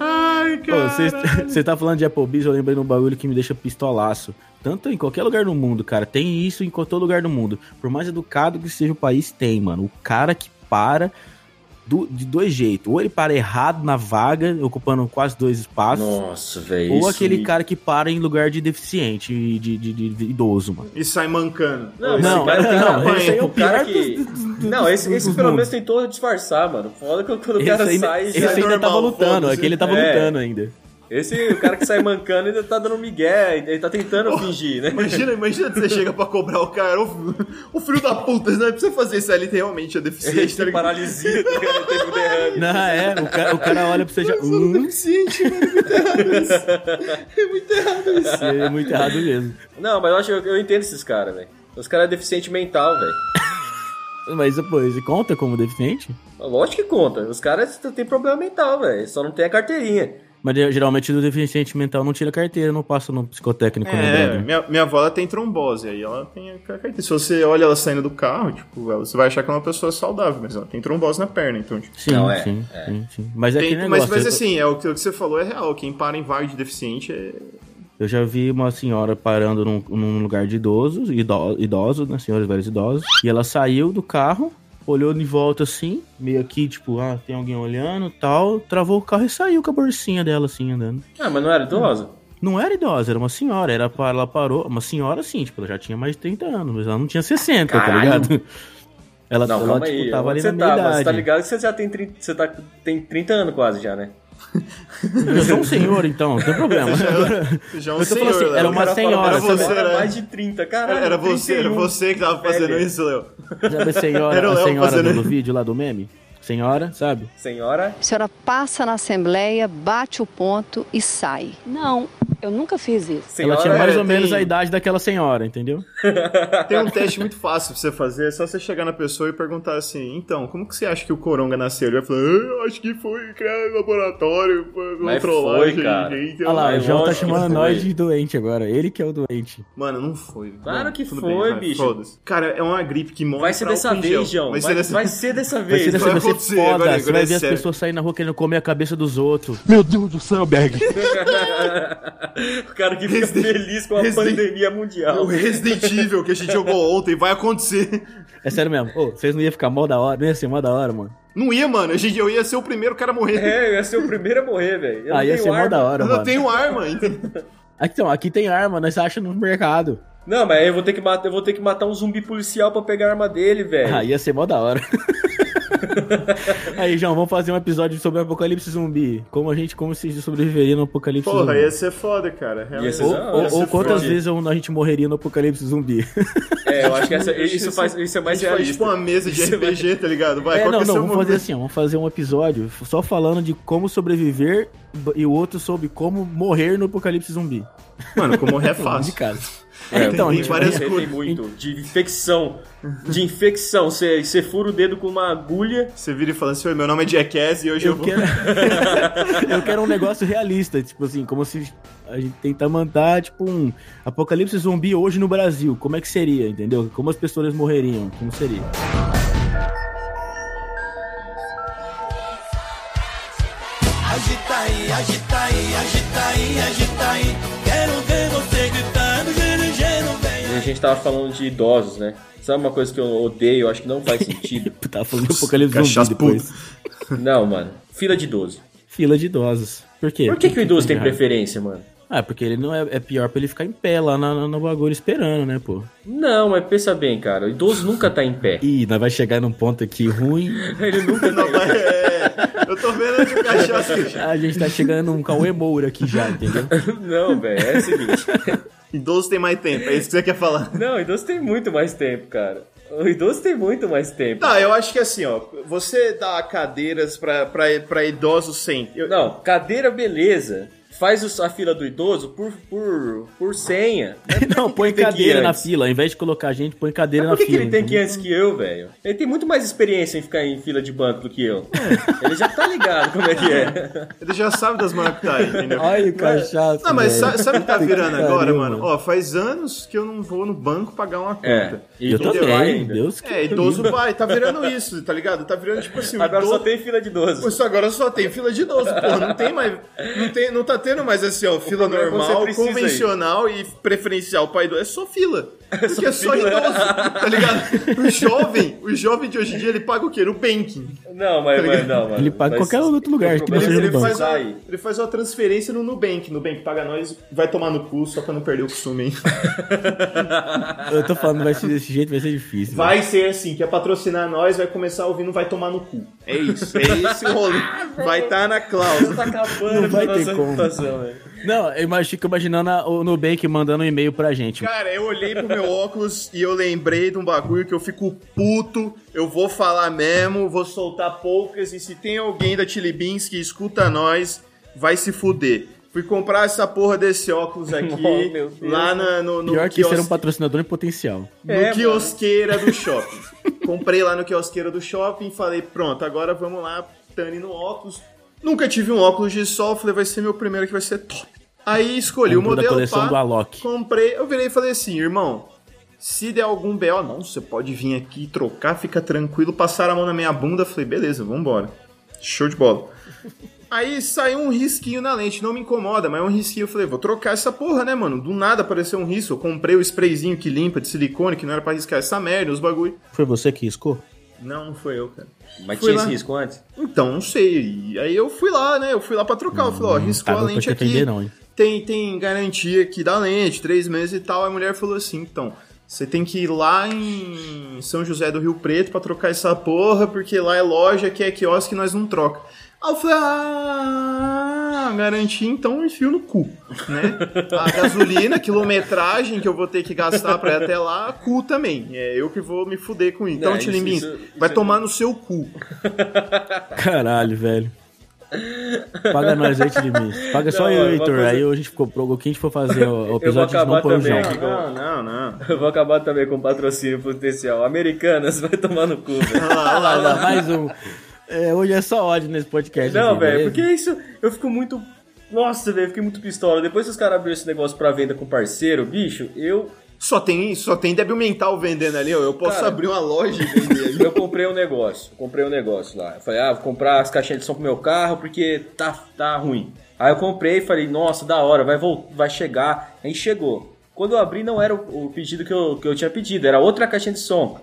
[SPEAKER 1] Ai,
[SPEAKER 3] Pô, Você você tá falando de Applebee's, eu lembrei de um bagulho que me deixa pistolaço. Tanto em qualquer lugar do mundo, cara. Tem isso em todo lugar do mundo. Por mais educado que seja o país, tem, mano. O cara que para do- de dois jeitos. Ou ele para errado na vaga, ocupando quase dois espaços.
[SPEAKER 4] Nossa, velho.
[SPEAKER 3] Ou
[SPEAKER 4] isso
[SPEAKER 3] aquele
[SPEAKER 4] me-
[SPEAKER 3] cara que para em lugar de deficiente e de, de- de- de idoso, mano.
[SPEAKER 1] E sai mancando.
[SPEAKER 4] Não,
[SPEAKER 1] Esse
[SPEAKER 3] não,
[SPEAKER 4] cara tem
[SPEAKER 3] não,
[SPEAKER 4] vergonha,
[SPEAKER 1] esse aí é
[SPEAKER 3] o
[SPEAKER 4] cara
[SPEAKER 3] pior
[SPEAKER 4] que...
[SPEAKER 3] dos- dos- dos-
[SPEAKER 4] Não, esse,
[SPEAKER 3] dos-
[SPEAKER 4] esse
[SPEAKER 3] dos
[SPEAKER 4] pelo
[SPEAKER 3] mundos.
[SPEAKER 4] menos tentou disfarçar, mano. Foda que quando o
[SPEAKER 3] Esse
[SPEAKER 4] cara
[SPEAKER 3] ainda,
[SPEAKER 4] sai...
[SPEAKER 3] esse
[SPEAKER 4] já-
[SPEAKER 1] é
[SPEAKER 3] ainda tava
[SPEAKER 1] normal,
[SPEAKER 3] lutando,
[SPEAKER 1] foda-se.
[SPEAKER 3] aquele tava
[SPEAKER 4] É.
[SPEAKER 3] lutando ainda.
[SPEAKER 4] Esse, o cara que sai mancando ainda tá dando migué, ele tá
[SPEAKER 3] Oh,
[SPEAKER 4] tentando fingir, né?
[SPEAKER 1] Imagina, imagina que você chega pra cobrar o cara, o, o filho da puta, você não precisa fazer isso, aí ele tem realmente é deficiente,
[SPEAKER 4] Ele
[SPEAKER 1] tá
[SPEAKER 4] tem
[SPEAKER 1] ligado?
[SPEAKER 4] paralisia, tá ligado? Ele teve um derrame.
[SPEAKER 3] Não, é, o cara, o cara olha pra você já.
[SPEAKER 1] Eu sou
[SPEAKER 3] Hum,
[SPEAKER 1] deficiente, mano,
[SPEAKER 3] isso é muito errado mesmo.
[SPEAKER 4] Não, mas eu acho eu, eu entendo esses caras, velho. Os caras é deficiente mental, velho.
[SPEAKER 3] Mas depois, conta como deficiente?
[SPEAKER 4] Lógico que conta. Os caras t- têm problema mental, velho. Só não tem a carteirinha.
[SPEAKER 3] Mas eh, geralmente do deficiente mental não tira carteira, não passa no psicotécnico. né, não,
[SPEAKER 1] É,
[SPEAKER 3] brother.
[SPEAKER 1] minha, minha avó ela tem trombose, aí ela tem a característica. Se você olha ela saindo do carro, tipo, ela- você vai achar que ela é uma pessoa saudável, mas ela tem trombose na perna, então, tipo.
[SPEAKER 3] Sim,
[SPEAKER 4] Não, é,
[SPEAKER 3] sim, sim, sim. Mas é
[SPEAKER 1] tem-
[SPEAKER 3] que
[SPEAKER 1] mas,
[SPEAKER 3] negócio.
[SPEAKER 1] mas
[SPEAKER 3] eu-
[SPEAKER 1] assim, é o que, o que você falou é real. Quem para em vaga de deficiente é.
[SPEAKER 3] Eu já vi uma senhora parando num, num lugar de idosos, ido- idosos, né? Senhores velhos idosos. E ela saiu do carro, olhou em volta assim, meio aqui, tipo, ah, tem alguém olhando tal. Travou o carro e saiu com a bolsinha dela, assim, andando.
[SPEAKER 4] Ah, mas não era idosa?
[SPEAKER 3] Não era idosa, era uma senhora. Era, pa- ela parou, uma senhora assim, tipo, ela já tinha mais de 30 anos, mas ela não tinha 60, tá
[SPEAKER 4] Caralho.
[SPEAKER 3] ligado? Ela,
[SPEAKER 4] Não,
[SPEAKER 3] ela,
[SPEAKER 4] calma
[SPEAKER 3] tipo,
[SPEAKER 4] aí.
[SPEAKER 3] tava
[SPEAKER 4] Onde
[SPEAKER 3] ali na
[SPEAKER 4] você
[SPEAKER 3] meia
[SPEAKER 4] tá? Mas
[SPEAKER 3] idade.
[SPEAKER 4] Você tá ligado que você já tem 30, você tá, tem 30 anos quase já, né?
[SPEAKER 3] Eu sou um senhor, então, não tem problema.
[SPEAKER 1] Já é um
[SPEAKER 3] Eu tô
[SPEAKER 1] senhor,
[SPEAKER 3] falando assim,
[SPEAKER 1] Léo.
[SPEAKER 3] era uma
[SPEAKER 1] Cara,
[SPEAKER 3] senhora,
[SPEAKER 1] Era
[SPEAKER 4] Era
[SPEAKER 1] você,
[SPEAKER 4] você, era
[SPEAKER 1] né?
[SPEAKER 4] mais de 30, caralho.
[SPEAKER 1] Era você, era
[SPEAKER 4] 31.
[SPEAKER 1] você que tava fazendo
[SPEAKER 4] Velho.
[SPEAKER 1] isso, Léo.
[SPEAKER 3] Sabe a
[SPEAKER 1] Era
[SPEAKER 3] senhora,
[SPEAKER 1] o
[SPEAKER 3] a
[SPEAKER 1] Léo
[SPEAKER 3] senhora
[SPEAKER 1] fazendo-
[SPEAKER 3] do vídeo lá do meme? Senhora, sabe?
[SPEAKER 4] Senhora,
[SPEAKER 6] A senhora passa na Assembleia, bate o ponto e sai. Não, eu nunca fiz isso.
[SPEAKER 4] senhora.
[SPEAKER 3] ela tinha mais
[SPEAKER 1] é,
[SPEAKER 3] ou menos
[SPEAKER 1] tem-
[SPEAKER 3] a idade daquela senhora, entendeu?
[SPEAKER 1] Tem um teste muito fácil pra você fazer, é só você chegar na pessoa e perguntar assim: então, como que você acha que o Coronga nasceu? Ele vai falar: "Ah, eu acho que foi criado em laboratório, foi uma
[SPEAKER 4] Mas
[SPEAKER 1] trollagem.
[SPEAKER 4] foi, cara.
[SPEAKER 1] gente, eu
[SPEAKER 3] Olha lá,
[SPEAKER 1] não
[SPEAKER 3] o
[SPEAKER 4] é
[SPEAKER 1] sei".
[SPEAKER 3] João tá
[SPEAKER 4] lógico que
[SPEAKER 3] chamando
[SPEAKER 4] foi.
[SPEAKER 3] nós de doente agora. Ele que é o doente.
[SPEAKER 1] Mano, não foi. velho.
[SPEAKER 4] Claro
[SPEAKER 1] Bom,
[SPEAKER 4] que
[SPEAKER 1] tudo
[SPEAKER 4] foi,
[SPEAKER 1] vai,
[SPEAKER 4] bicho.
[SPEAKER 1] foda-se. Cara, é uma gripe que morre.
[SPEAKER 4] vai ser
[SPEAKER 1] pra
[SPEAKER 4] dessa
[SPEAKER 1] álcool em gel.
[SPEAKER 4] vez, João.
[SPEAKER 1] Vai ser dessa
[SPEAKER 4] Vai ser dessa
[SPEAKER 3] Vai ser
[SPEAKER 4] vez.
[SPEAKER 3] dessa
[SPEAKER 1] vai
[SPEAKER 3] vai
[SPEAKER 1] acontecer,
[SPEAKER 3] ser foda.
[SPEAKER 1] agora-
[SPEAKER 3] você
[SPEAKER 1] agora é
[SPEAKER 3] vai ver as
[SPEAKER 1] sério.
[SPEAKER 3] pessoas saindo na rua querendo comer a cabeça dos outros.
[SPEAKER 4] O cara que fica
[SPEAKER 1] Resident-
[SPEAKER 4] feliz com a
[SPEAKER 1] Resident-
[SPEAKER 4] pandemia
[SPEAKER 1] O
[SPEAKER 4] mundial.
[SPEAKER 1] Resident Evil que a gente jogou ontem vai acontecer.
[SPEAKER 3] É sério mesmo. Ô, vocês não iam ficar mal da hora, não ia ser mal da hora, mano.
[SPEAKER 1] Não ia, mano. A gente, eu ia ser o primeiro cara a morrer.
[SPEAKER 4] É, eu ia ser o primeiro a morrer, velho. Eu
[SPEAKER 3] Ah,
[SPEAKER 4] não
[SPEAKER 3] ia
[SPEAKER 4] tenho
[SPEAKER 3] ser mal
[SPEAKER 4] arma.
[SPEAKER 3] da hora,
[SPEAKER 1] eu não
[SPEAKER 3] mano.
[SPEAKER 1] tenho arma. entendeu?
[SPEAKER 3] Aqui, então, aqui tem arma, nós acha no mercado.
[SPEAKER 4] Não, mas aí eu vou ter
[SPEAKER 1] É.
[SPEAKER 4] que matar, eu vou ter que matar um zumbi policial pra pegar a arma dele, velho.
[SPEAKER 3] Ah, ia ser mal da hora. Aí, João, vamos fazer um episódio sobre o apocalipse zumbi. Como a gente, como se sobreviveria no apocalipse
[SPEAKER 1] Porra,
[SPEAKER 3] zumbi.
[SPEAKER 1] ia ser foda, cara. Realmente.
[SPEAKER 4] Ia ser
[SPEAKER 3] Ou,
[SPEAKER 4] da
[SPEAKER 3] ou-
[SPEAKER 4] hora.
[SPEAKER 3] ou
[SPEAKER 1] Ia ser
[SPEAKER 3] quantas
[SPEAKER 1] foda.
[SPEAKER 3] vezes a gente morreria no apocalipse zumbi?
[SPEAKER 4] É, eu acho que essa-
[SPEAKER 1] Eu acho
[SPEAKER 4] isso, faz, isso é mais
[SPEAKER 1] a gente faz
[SPEAKER 4] realista.
[SPEAKER 1] tipo uma mesa de
[SPEAKER 4] Isso é mais-
[SPEAKER 1] RPG, tá ligado? Vai,
[SPEAKER 3] É,
[SPEAKER 1] qual
[SPEAKER 3] não,
[SPEAKER 1] que é
[SPEAKER 3] não,
[SPEAKER 1] seu
[SPEAKER 3] vamos
[SPEAKER 1] momento?
[SPEAKER 3] fazer assim, ó, vamos fazer um episódio só falando de como sobreviver b- e o outro sobre como morrer no apocalipse zumbi.
[SPEAKER 1] Mano, como morrer é
[SPEAKER 3] assim. Vamos de
[SPEAKER 1] fácil.
[SPEAKER 3] cara.
[SPEAKER 4] É,
[SPEAKER 3] então,
[SPEAKER 1] tem
[SPEAKER 3] gente,
[SPEAKER 1] várias
[SPEAKER 4] Tem
[SPEAKER 1] coisas.
[SPEAKER 4] muito. De infecção. De infecção. Você você fura o dedo com uma agulha.
[SPEAKER 1] Você vira e fala assim, "Oi, meu nome é Jackass e hoje eu,
[SPEAKER 3] Eu
[SPEAKER 1] vou...
[SPEAKER 3] quero... eu quero um negócio realista, tipo assim, como se a gente tentar mandar, tipo, um apocalipse zumbi hoje no Brasil. Como é que seria, entendeu? Como as pessoas morreriam, como seria?
[SPEAKER 2] Agita aí, agita aí, agita aí, agita aí. Quero ver você gritando, gelo, gelo, vem.
[SPEAKER 4] E a gente tava falando de idosos, né? Sabe uma coisa que eu odeio? Eu acho que não faz sentido.
[SPEAKER 3] Tá fazendo apocalipse
[SPEAKER 1] Cachaça
[SPEAKER 3] zumbi depois.
[SPEAKER 4] Não, mano. Fila de idoso.
[SPEAKER 3] Fila de idosos. Por quê?
[SPEAKER 4] Por que, que o idoso tem
[SPEAKER 3] errado?
[SPEAKER 4] preferência, mano?
[SPEAKER 3] Ah, porque ele não é, é pior pra ele ficar em pé lá na- na- no bagulho esperando, né, pô?
[SPEAKER 4] Não, mas pensa bem, cara. O idoso nunca tá em pé.
[SPEAKER 3] Ih, nós vai chegar num ponto aqui ruim.
[SPEAKER 4] Ele nunca tá
[SPEAKER 1] Não, mas é... Eu tô vendo de cachaça.
[SPEAKER 3] A gente tá chegando num Cauê Moura aqui já, entendeu?
[SPEAKER 4] Não, velho, é o seguinte.
[SPEAKER 1] Idoso tem mais tempo, é isso que você quer falar.
[SPEAKER 4] Não, o idoso tem muito mais tempo, cara. O idoso tem muito mais tempo.
[SPEAKER 1] Tá, eu acho que assim, ó, você dá cadeiras pra, pra, pra idosos sem... Eu,
[SPEAKER 4] Não, cadeira, beleza. Faz os- a fila do idoso por, por, por senha. Mas por
[SPEAKER 3] Não,
[SPEAKER 4] que
[SPEAKER 3] põe
[SPEAKER 4] que ele tem que ir
[SPEAKER 3] cadeira na
[SPEAKER 4] antes?
[SPEAKER 3] fila. Ao invés de colocar a gente, põe cadeira
[SPEAKER 4] Mas
[SPEAKER 3] na
[SPEAKER 4] por que, que
[SPEAKER 3] fila.
[SPEAKER 4] ele tem que ir
[SPEAKER 3] entendeu?
[SPEAKER 4] antes que eu, velho? Ele tem muito mais experiência em ficar em fila de banco do que eu.
[SPEAKER 3] É.
[SPEAKER 4] Ele já tá ligado como é que é.
[SPEAKER 1] Ele já sabe das manas que tá aí, entendeu?
[SPEAKER 3] Ai, o cachaço.
[SPEAKER 1] Não, mas sa-
[SPEAKER 3] velho.
[SPEAKER 1] sabe o que tá
[SPEAKER 3] Puta
[SPEAKER 1] virando
[SPEAKER 3] pariu,
[SPEAKER 1] agora, mano? Ó, faz anos que eu não vou no banco pagar uma
[SPEAKER 4] É.
[SPEAKER 1] conta.
[SPEAKER 4] e
[SPEAKER 3] Eu
[SPEAKER 4] idoso
[SPEAKER 3] também,
[SPEAKER 4] vai ainda.
[SPEAKER 3] Deus que...
[SPEAKER 1] É, idoso vai, tá virando isso, tá ligado? Tá virando tipo assim, o
[SPEAKER 4] Agora
[SPEAKER 1] idoso...
[SPEAKER 4] só tem fila de idoso.
[SPEAKER 1] Isso agora só tem fila de idoso, porra. Não tem mais. Não, tem, não tá tendo mais assim, ó, fila
[SPEAKER 4] problema é que você
[SPEAKER 1] normal,
[SPEAKER 4] precisa
[SPEAKER 1] convencional e preferencial pra idoso. É só fila. Porque é só
[SPEAKER 4] fila.
[SPEAKER 1] idoso, tá ligado? O jovem, o jovem de hoje em dia, ele paga o quê? No banking.
[SPEAKER 4] Não, mas, mas não, mano.
[SPEAKER 3] Ele paga
[SPEAKER 4] Mas-
[SPEAKER 3] qualquer outro lugar que não
[SPEAKER 4] Mas
[SPEAKER 1] Ele,
[SPEAKER 3] seja
[SPEAKER 1] ele
[SPEAKER 3] no banco.
[SPEAKER 1] faz uma,
[SPEAKER 4] Sai.
[SPEAKER 1] ele faz uma transferência no Nubank. Nubank paga nós, vai tomar no cu só pra não perder o costume, hein?
[SPEAKER 3] Eu tô falando, vai ser desse jeito, vai ser difícil.
[SPEAKER 1] Vai ser assim, quer patrocinar nós, vai começar ouvindo, vai tomar no cu. É isso, é esse o rolê. Vai estar tá na cláusula.
[SPEAKER 4] Tá acabando
[SPEAKER 3] Não vai
[SPEAKER 4] com a
[SPEAKER 3] ter
[SPEAKER 4] nossa
[SPEAKER 3] como.
[SPEAKER 4] reputação, velho.
[SPEAKER 3] Não, eu imagino- fico imaginando a- o Nubank mandando um e-mail pra gente.
[SPEAKER 1] Cara, eu olhei pro meu óculos e eu lembrei de um bagulho que eu fico puto, eu vou falar mesmo, vou soltar poucas, e se tem alguém da Chili Beans que escuta nós, vai se fuder. Fui comprar essa porra desse óculos aqui,
[SPEAKER 4] Oh, meu Deus.
[SPEAKER 1] lá na- no, no,
[SPEAKER 3] Pior que ser um
[SPEAKER 1] quios-
[SPEAKER 3] patrocinador em potencial.
[SPEAKER 1] no
[SPEAKER 4] É, mano.
[SPEAKER 1] quiosqueira do shopping. Comprei lá no quiosqueira do shopping, falei, pronto, agora vamos lá, Tani no óculos. Nunca tive um óculos de sol, falei, vai ser meu primeiro que vai ser top. Aí escolhi
[SPEAKER 3] Comprou
[SPEAKER 1] o
[SPEAKER 3] da
[SPEAKER 1] modelo
[SPEAKER 3] coleção
[SPEAKER 1] pá,
[SPEAKER 3] do Alok.
[SPEAKER 1] Comprei, eu virei e falei assim, irmão, se der algum BO, não, você pode vir aqui trocar, fica tranquilo. Passaram a mão na minha bunda, falei, beleza, vambora. Show de bola. Aí saiu um risquinho na lente, não me incomoda, mas é um risquinho. Eu falei, vou trocar essa porra, né, mano? Do nada apareceu um risco. Eu comprei o sprayzinho que limpa de silicone, que não era pra riscar essa merda, os bagulho.
[SPEAKER 3] Foi você que riscou?
[SPEAKER 1] Não, não foi eu, cara.
[SPEAKER 4] Mas
[SPEAKER 1] Fui
[SPEAKER 4] tinha
[SPEAKER 1] lá.
[SPEAKER 4] esse risco antes?
[SPEAKER 1] Então, não sei. E aí eu fui lá, né? Eu fui lá pra trocar. eu falei, ó, riscou
[SPEAKER 3] tá,
[SPEAKER 1] a
[SPEAKER 3] não tô
[SPEAKER 1] lente
[SPEAKER 3] te
[SPEAKER 1] aqui.
[SPEAKER 3] defender, não, hein?
[SPEAKER 1] Tem, tem garantia aqui da lente, três meses e tal. A mulher falou assim, então, você tem que ir lá em São José do Rio Preto pra trocar essa porra, porque lá é loja, aqui é quiosque, nós não troca. Aí eu falei, ah, garantia, então enfio no cu, né? A gasolina, a quilometragem que eu vou ter que gastar pra ir até lá, cu também. É eu que vou me fuder com isso. Então,
[SPEAKER 4] Não,
[SPEAKER 1] é,
[SPEAKER 4] isso- isso-
[SPEAKER 1] vai
[SPEAKER 4] isso-
[SPEAKER 1] tomar no seu cu.
[SPEAKER 3] Caralho, velho. Paga nós aí, de mim. Paga só
[SPEAKER 4] Não, é
[SPEAKER 3] eu,
[SPEAKER 4] eu vou
[SPEAKER 3] Heitor.
[SPEAKER 4] fazer-
[SPEAKER 3] Aí a gente comprou o que a gente for fazer o o episódio, a gente
[SPEAKER 4] acabar
[SPEAKER 3] não põe o
[SPEAKER 4] também
[SPEAKER 3] João.
[SPEAKER 1] Não,
[SPEAKER 4] aqui.
[SPEAKER 1] não, não.
[SPEAKER 4] Eu vou acabar também com patrocínio potencial. Americanas vai tomar no cu, velho.
[SPEAKER 3] Olha lá, olha lá, mais um. É, hoje é só ódio nesse podcast.
[SPEAKER 4] Não,
[SPEAKER 3] aqui,
[SPEAKER 4] velho,
[SPEAKER 3] beleza?
[SPEAKER 4] porque isso eu fico muito. Nossa, velho, eu fiquei muito pistola. Depois que os caras abriram esse negócio pra venda com parceiro, bicho, eu,
[SPEAKER 1] Só tem, só tem débil mental vendendo ali, ó. Eu posso
[SPEAKER 4] Cara.
[SPEAKER 1] abrir uma loja e vender ali.
[SPEAKER 4] eu comprei um negócio. Comprei um negócio lá. Eu falei, ah, vou comprar as caixinhas de som pro meu carro porque tá, tá ruim. Aí eu comprei e falei, nossa, da hora, vai, vol- vai chegar. Aí chegou. Quando eu abri, não era o, o pedido que eu, que eu tinha pedido, era outra caixinha de som.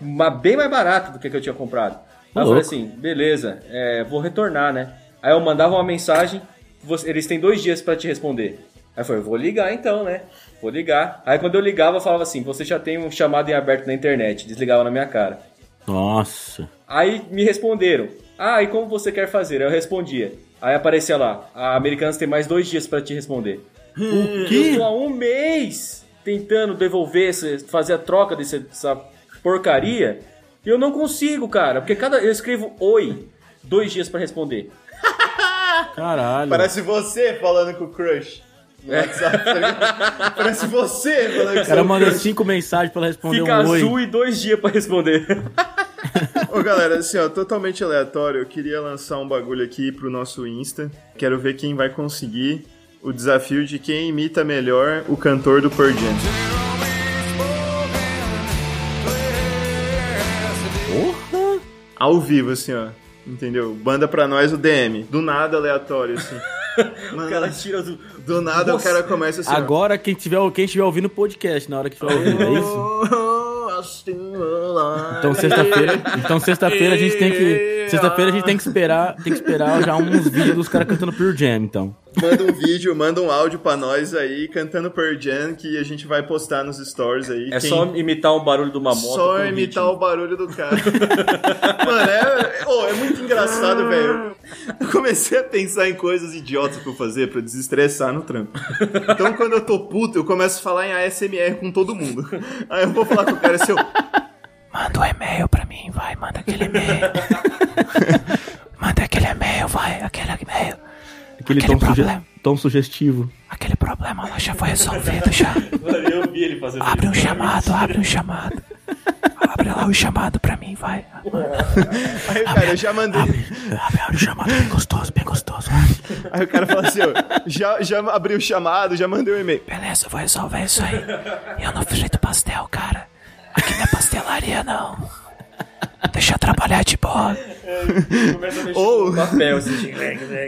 [SPEAKER 4] Uma bem mais barata do que, que eu tinha comprado. Aí eu
[SPEAKER 3] Ô,
[SPEAKER 4] falei
[SPEAKER 3] louco.
[SPEAKER 4] assim, beleza, é, vou retornar, né? Aí eu mandava uma mensagem, você- eles têm dois dias pra te responder. Aí eu falei, vou ligar então, né? Vou ligar. Aí quando eu ligava, eu falava assim, você já tem um chamado em aberto na internet. Desligava na minha cara.
[SPEAKER 3] Nossa.
[SPEAKER 4] Aí me responderam: Ah, e como você quer fazer? Aí eu respondia. Aí aparecia lá: A Americanas tem mais dois dias pra te responder. O
[SPEAKER 3] quê?
[SPEAKER 4] Hum, Eu tô há um mês tentando devolver, esse- fazer a troca desse- dessa porcaria. E eu não consigo, cara. Porque cada. Eu escrevo oi, dois dias pra responder.
[SPEAKER 3] Caralho.
[SPEAKER 1] Parece você falando com o crush. No WhatsApp, tá ligado? Parece você falando com
[SPEAKER 3] O cara
[SPEAKER 1] seu
[SPEAKER 3] mandou
[SPEAKER 1] crush.
[SPEAKER 3] cinco mensagens pra ela responder
[SPEAKER 4] um Fica
[SPEAKER 3] um oi.
[SPEAKER 4] azul e dois dias pra responder.
[SPEAKER 1] Ô galera, assim ó, totalmente aleatório, eu queria lançar um bagulho aqui pro nosso Insta. Quero ver quem vai conseguir o desafio de quem imita melhor o cantor do Pearl Jam.
[SPEAKER 3] Porra.
[SPEAKER 1] Ao vivo, assim ó. Entendeu? Banda pra nós o DM. Do nada aleatório, assim.
[SPEAKER 4] o
[SPEAKER 1] Mano,
[SPEAKER 4] cara tira do.
[SPEAKER 1] do nada o cara começa assim. ó.
[SPEAKER 3] Agora quem tiver, quem estiver ouvindo o podcast na hora que estiver ouvindo, é isso? Então sexta-feira, então sexta-feira a gente tem que, sexta-feira a gente tem que esperar, tem que esperar já uns vídeos dos caras cantando Pure Jam, então.
[SPEAKER 1] Manda um vídeo, manda um áudio pra nós aí, cantando Pearl Jam, que a gente vai postar nos stories aí.
[SPEAKER 4] É
[SPEAKER 1] Quem-
[SPEAKER 4] só imitar um barulho de uma moto.
[SPEAKER 1] Só
[SPEAKER 4] com
[SPEAKER 1] imitar
[SPEAKER 4] ritmo.
[SPEAKER 1] o barulho do cara. Mano, é, ô, é muito engraçado, velho. Eu comecei a pensar em coisas idiotas pra eu fazer pra desestressar no trampo. Então, quando eu tô puto, eu começo a falar em ASMR com todo mundo. Aí eu vou falar com o cara assim, eu,
[SPEAKER 7] Manda um e-mail pra mim, vai, manda aquele e-mail. manda aquele e-mail, vai, aquele e-mail.
[SPEAKER 3] Aquele,
[SPEAKER 7] Aquele
[SPEAKER 3] tom, é suge-
[SPEAKER 7] problema.
[SPEAKER 3] tom sugestivo.
[SPEAKER 7] Aquele problema lá já foi resolvido já.
[SPEAKER 1] um-
[SPEAKER 4] Mano, Eu vi ele fazendo
[SPEAKER 7] Abre um
[SPEAKER 4] isso.
[SPEAKER 7] chamado, abre um chamado. Abre lá o chamado pra mim, vai.
[SPEAKER 1] aí o cara, eu já mandei.
[SPEAKER 7] Abre abre o chamado, bem gostoso, bem gostoso. vai.
[SPEAKER 1] Aí o cara fala assim, eu, já, já abri o chamado, já mandei o e-mail.
[SPEAKER 7] Beleza, eu vou resolver isso aí. Eu não frito pastel, cara. Aqui não é pastelaria, não. Deixa eu trabalhar de boa.
[SPEAKER 4] Começa a mexer
[SPEAKER 1] Ou-
[SPEAKER 4] no papel, assim.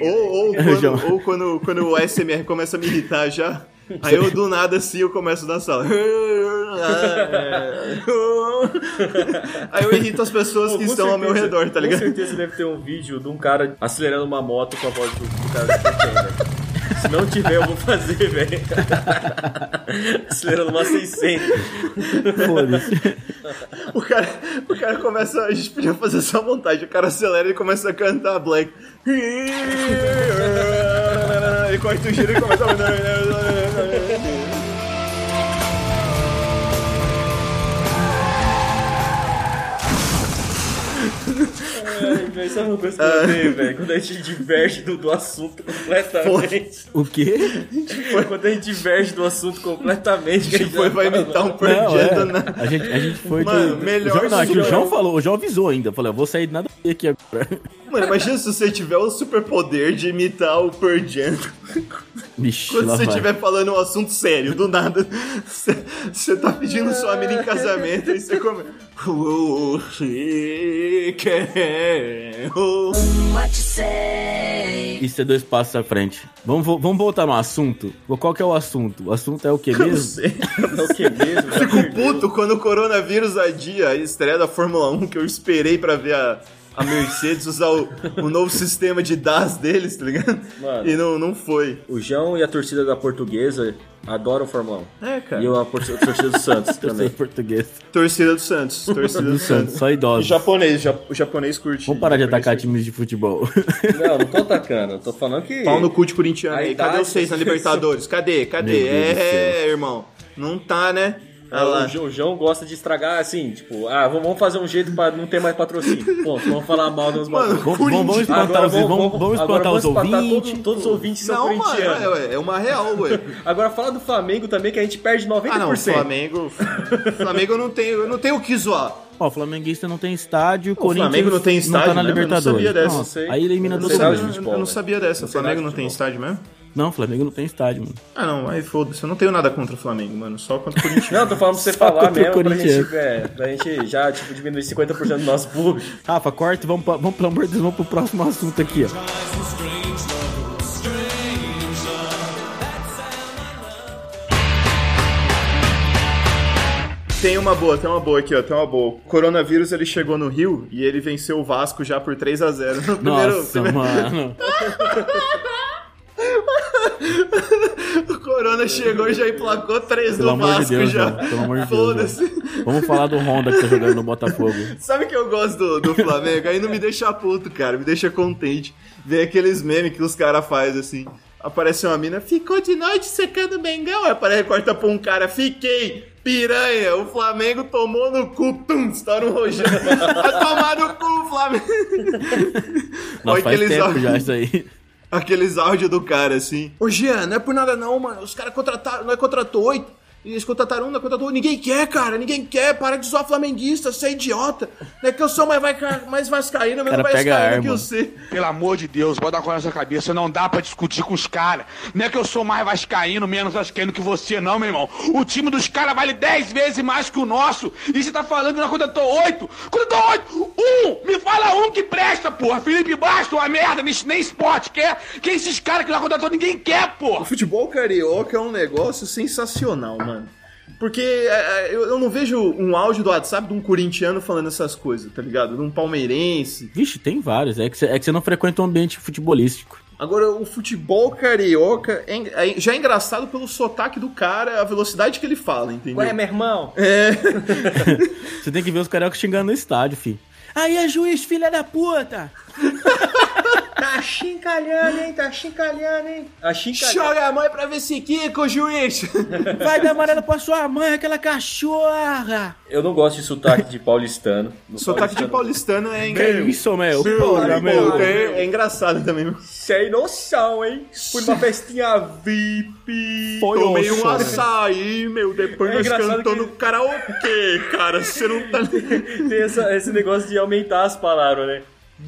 [SPEAKER 1] Ou, ou,
[SPEAKER 3] já-
[SPEAKER 1] quando, ou quando, quando o ASMR começa a me irritar já. Aí eu do nada assim eu começo a dançar. Aí eu irrito as pessoas
[SPEAKER 4] Pô,
[SPEAKER 1] que
[SPEAKER 4] com
[SPEAKER 1] estão ao meu
[SPEAKER 4] certeza-
[SPEAKER 1] redor, tá
[SPEAKER 4] Com
[SPEAKER 1] ligado?
[SPEAKER 4] certeza deve ter um vídeo de um cara acelerando uma moto com a voz do, do cara do Pearl Jam, velho. Se não tiver, eu vou fazer, velho. acelerando uma 600.
[SPEAKER 3] Foda-se.
[SPEAKER 1] O cara, o cara começa. A gente podia fazer essa montagem. O cara acelera e começa a cantar Black. Ele corta o giro e começa a.
[SPEAKER 4] Ai, velho, Sabe uma coisa que eu
[SPEAKER 1] Ah.
[SPEAKER 4] odeio, velho? Quando a gente diverge do, do assunto completamente.
[SPEAKER 3] O quê?
[SPEAKER 4] Quando a gente diverge do assunto completamente. que a gente
[SPEAKER 1] Foi, vai
[SPEAKER 4] fala,
[SPEAKER 1] imitar um
[SPEAKER 3] Não, é.
[SPEAKER 1] perdido na.
[SPEAKER 3] A gente, a gente foi
[SPEAKER 1] Mano,
[SPEAKER 3] de...
[SPEAKER 1] melhor
[SPEAKER 3] o João, não, é que o
[SPEAKER 1] jogo.
[SPEAKER 3] João falou, o João avisou ainda, falou, eu vou sair de nada aqui agora.
[SPEAKER 1] Mano, imagina se você tiver o superpoder de imitar o Pearl Jam.
[SPEAKER 3] Vixe,
[SPEAKER 1] Quando
[SPEAKER 3] lá
[SPEAKER 1] você
[SPEAKER 3] vai.
[SPEAKER 1] estiver falando um assunto sério, do nada, você- você tá pedindo sua mina em casamento e você come. Você quer-
[SPEAKER 3] Isso é dois passos à frente. Vamos, vo- vamos voltar no assunto? Qual que é o assunto? O assunto é o que
[SPEAKER 1] Não
[SPEAKER 3] mesmo?
[SPEAKER 1] sei.
[SPEAKER 4] É o que mesmo? Já
[SPEAKER 1] Fico
[SPEAKER 4] perdeu.
[SPEAKER 1] puto quando o coronavírus adia a estreia da Fórmula 1 que eu esperei pra ver a, a Mercedes usar o, o novo sistema de DAS deles, tá ligado?
[SPEAKER 4] Mano.
[SPEAKER 1] E não, não foi.
[SPEAKER 4] O João e a torcida da portuguesa adoram o Formão.
[SPEAKER 1] É, cara.
[SPEAKER 4] E eu, a por- a torcida do Santos
[SPEAKER 3] Também.
[SPEAKER 4] também.
[SPEAKER 3] português.
[SPEAKER 1] Torcida do Santos. Torcida do, Santos.
[SPEAKER 3] Só
[SPEAKER 1] E
[SPEAKER 3] idosos.
[SPEAKER 1] japonês, ja- o japonês curte.
[SPEAKER 3] Vamos parar de
[SPEAKER 1] japonês
[SPEAKER 3] atacar
[SPEAKER 1] curte.
[SPEAKER 3] times de futebol.
[SPEAKER 4] Não, não tô atacando. eu Tô falando que...
[SPEAKER 1] Pau no cu de corintiano
[SPEAKER 4] A
[SPEAKER 1] aí. Cadê
[SPEAKER 4] idade-
[SPEAKER 1] os seis na Libertadores? Cadê? Cadê?
[SPEAKER 3] Meu Deus do
[SPEAKER 1] É, irmão. Não tá, né? Olha
[SPEAKER 4] Ah,
[SPEAKER 1] lá.
[SPEAKER 4] o, Jo- o João gosta de estragar assim, tipo, ah, v- vamos fazer um jeito pra não ter mais patrocínio. Ponto, vamos falar mal dos bagulhos.
[SPEAKER 3] Vamos, vamos, vamos espantar os, vamos, vamos espantar
[SPEAKER 4] agora
[SPEAKER 3] os
[SPEAKER 4] vamos espantar
[SPEAKER 3] ouvintes.
[SPEAKER 4] Todos, todos os ouvintes são
[SPEAKER 1] Não, mano,
[SPEAKER 4] corintianos.
[SPEAKER 1] é, ué, é uma real, ué.
[SPEAKER 4] Agora fala do Flamengo também, que a gente perde 90%.
[SPEAKER 1] Ah, não, Flamengo. Flamengo não tem, eu não tenho o que zoar.
[SPEAKER 3] Ó, o Flamenguista não tem estádio, o
[SPEAKER 1] Flamengo
[SPEAKER 3] Corinthians
[SPEAKER 1] não tem estádio,
[SPEAKER 3] tá na
[SPEAKER 1] né? Eu não
[SPEAKER 3] Libertadores.
[SPEAKER 1] sabia dessa,
[SPEAKER 3] Não,
[SPEAKER 1] eu sei.
[SPEAKER 3] aí elimina
[SPEAKER 1] Eu não, né?
[SPEAKER 3] todo
[SPEAKER 4] sei
[SPEAKER 1] sabia,
[SPEAKER 4] nada de
[SPEAKER 3] mundo.
[SPEAKER 4] futebol,
[SPEAKER 1] eu não
[SPEAKER 4] velho.
[SPEAKER 1] sabia dessa. Flamengo não tem estádio mesmo?
[SPEAKER 3] Não, o Flamengo não tem estádio, mano.
[SPEAKER 1] Ah, não, aí foda-se. Eu não tenho nada contra o Flamengo, mano. Só contra o Corinthians.
[SPEAKER 4] Não, tô falando pra você
[SPEAKER 3] Só
[SPEAKER 4] falar
[SPEAKER 3] contra o
[SPEAKER 4] mesmo, pra gente,
[SPEAKER 3] corintiano.
[SPEAKER 4] é, pra gente já, tipo, diminuir 50% do nosso público.
[SPEAKER 3] Rafa, corta, vamos, pra- vamos, pelo amor de Deus, vamos pro próximo assunto aqui, ó.
[SPEAKER 1] Tem uma boa, tem uma boa aqui, ó. Tem uma boa. O coronavírus ele chegou no Rio e ele venceu o Vasco já por 3 a 0 no primeiro.
[SPEAKER 3] Nossa, mano.
[SPEAKER 1] O Corona chegou e já emplacou três
[SPEAKER 3] Pelo
[SPEAKER 1] no
[SPEAKER 3] amor de
[SPEAKER 1] Vasco
[SPEAKER 3] Deus,
[SPEAKER 1] já.
[SPEAKER 3] mano, pelo amor de Deus,
[SPEAKER 1] Foda-se.
[SPEAKER 3] Vamos falar do Honda que tá jogando no Botafogo.
[SPEAKER 1] Sabe que eu gosto do, do Flamengo? Aí não me deixa puto, cara. Me deixa contente. Ver aqueles memes que os caras fazem assim. Aparece uma mina, ficou de noite secando o Mengão. Aí aparece corta pra um cara, fiquei, piranha, o Flamengo tomou no cu, tum, estoura um rojão. Vai tomar no cu, Flamengo.
[SPEAKER 3] Nossa, faz tempo
[SPEAKER 1] áudios-
[SPEAKER 3] já isso aí.
[SPEAKER 1] aqueles áudios do cara, assim. Ô, Jean, não é por nada não, mano. Os caras contrataram, nós contratou oito. E Eles contrataram um, nós contratou outro. Ninguém quer, cara. Ninguém quer. Para de zoar flamenguista, você é idiota. Não é que eu sou mais, vai, mais vascaíno, menos
[SPEAKER 3] Cara, pega a
[SPEAKER 1] vascaíno que
[SPEAKER 3] arma.
[SPEAKER 1] você.
[SPEAKER 8] Pelo amor de Deus, bota uma coisa na sua cabeça. Não dá pra discutir com os caras. Não é que eu sou mais vascaíno, menos vascaíno que você, não, meu irmão. O time dos caras vale 10 vezes mais que o nosso. E você tá falando que nós contratou 8? Contratou 8! Um! Me fala um que presta, porra! Felipe Bastos, uma merda, nem, nem esporte quer. Que esses caras que nós contratou, ninguém quer, porra!
[SPEAKER 1] futebol carioca é um negócio sensacional, mano. Porque é, é, eu, eu não vejo um áudio do WhatsApp de um corintiano falando essas coisas, tá ligado? De um palmeirense.
[SPEAKER 3] Vixe, tem vários. É que você é que você não frequenta um ambiente futebolístico.
[SPEAKER 1] Agora, o futebol carioca é en- é- já é engraçado pelo sotaque do cara, a velocidade que ele fala, entendeu?
[SPEAKER 4] meu irmão?
[SPEAKER 3] Você tem que ver os cariocas xingando no estádio, filho. Aí é juiz, filha da puta!
[SPEAKER 1] Tá chincalhando, hein? Tá chincalhando, hein?
[SPEAKER 4] A Chica...
[SPEAKER 1] Joga a mãe pra ver se quica, o juiz!
[SPEAKER 3] Vai dar amarela pra sua mãe, aquela cachorra!
[SPEAKER 4] Eu não gosto de sotaque de paulistano. No
[SPEAKER 1] sotaque de paulistano é
[SPEAKER 3] Que
[SPEAKER 1] engraçado.
[SPEAKER 3] isso, meu?
[SPEAKER 1] Porra,
[SPEAKER 3] Porra, meu.
[SPEAKER 1] meu. É, é engraçado também.
[SPEAKER 4] Sem noção, é hein? Fui numa festinha VIP.
[SPEAKER 3] Foi
[SPEAKER 1] Tomei um
[SPEAKER 3] osso, né?
[SPEAKER 1] açaí, meu, depois
[SPEAKER 4] É
[SPEAKER 1] nós
[SPEAKER 4] engraçado
[SPEAKER 1] cantamos
[SPEAKER 4] que-
[SPEAKER 1] no karaokê, cara. Você não tá.
[SPEAKER 4] Tem essa- esse negócio de aumentar as palavras, né?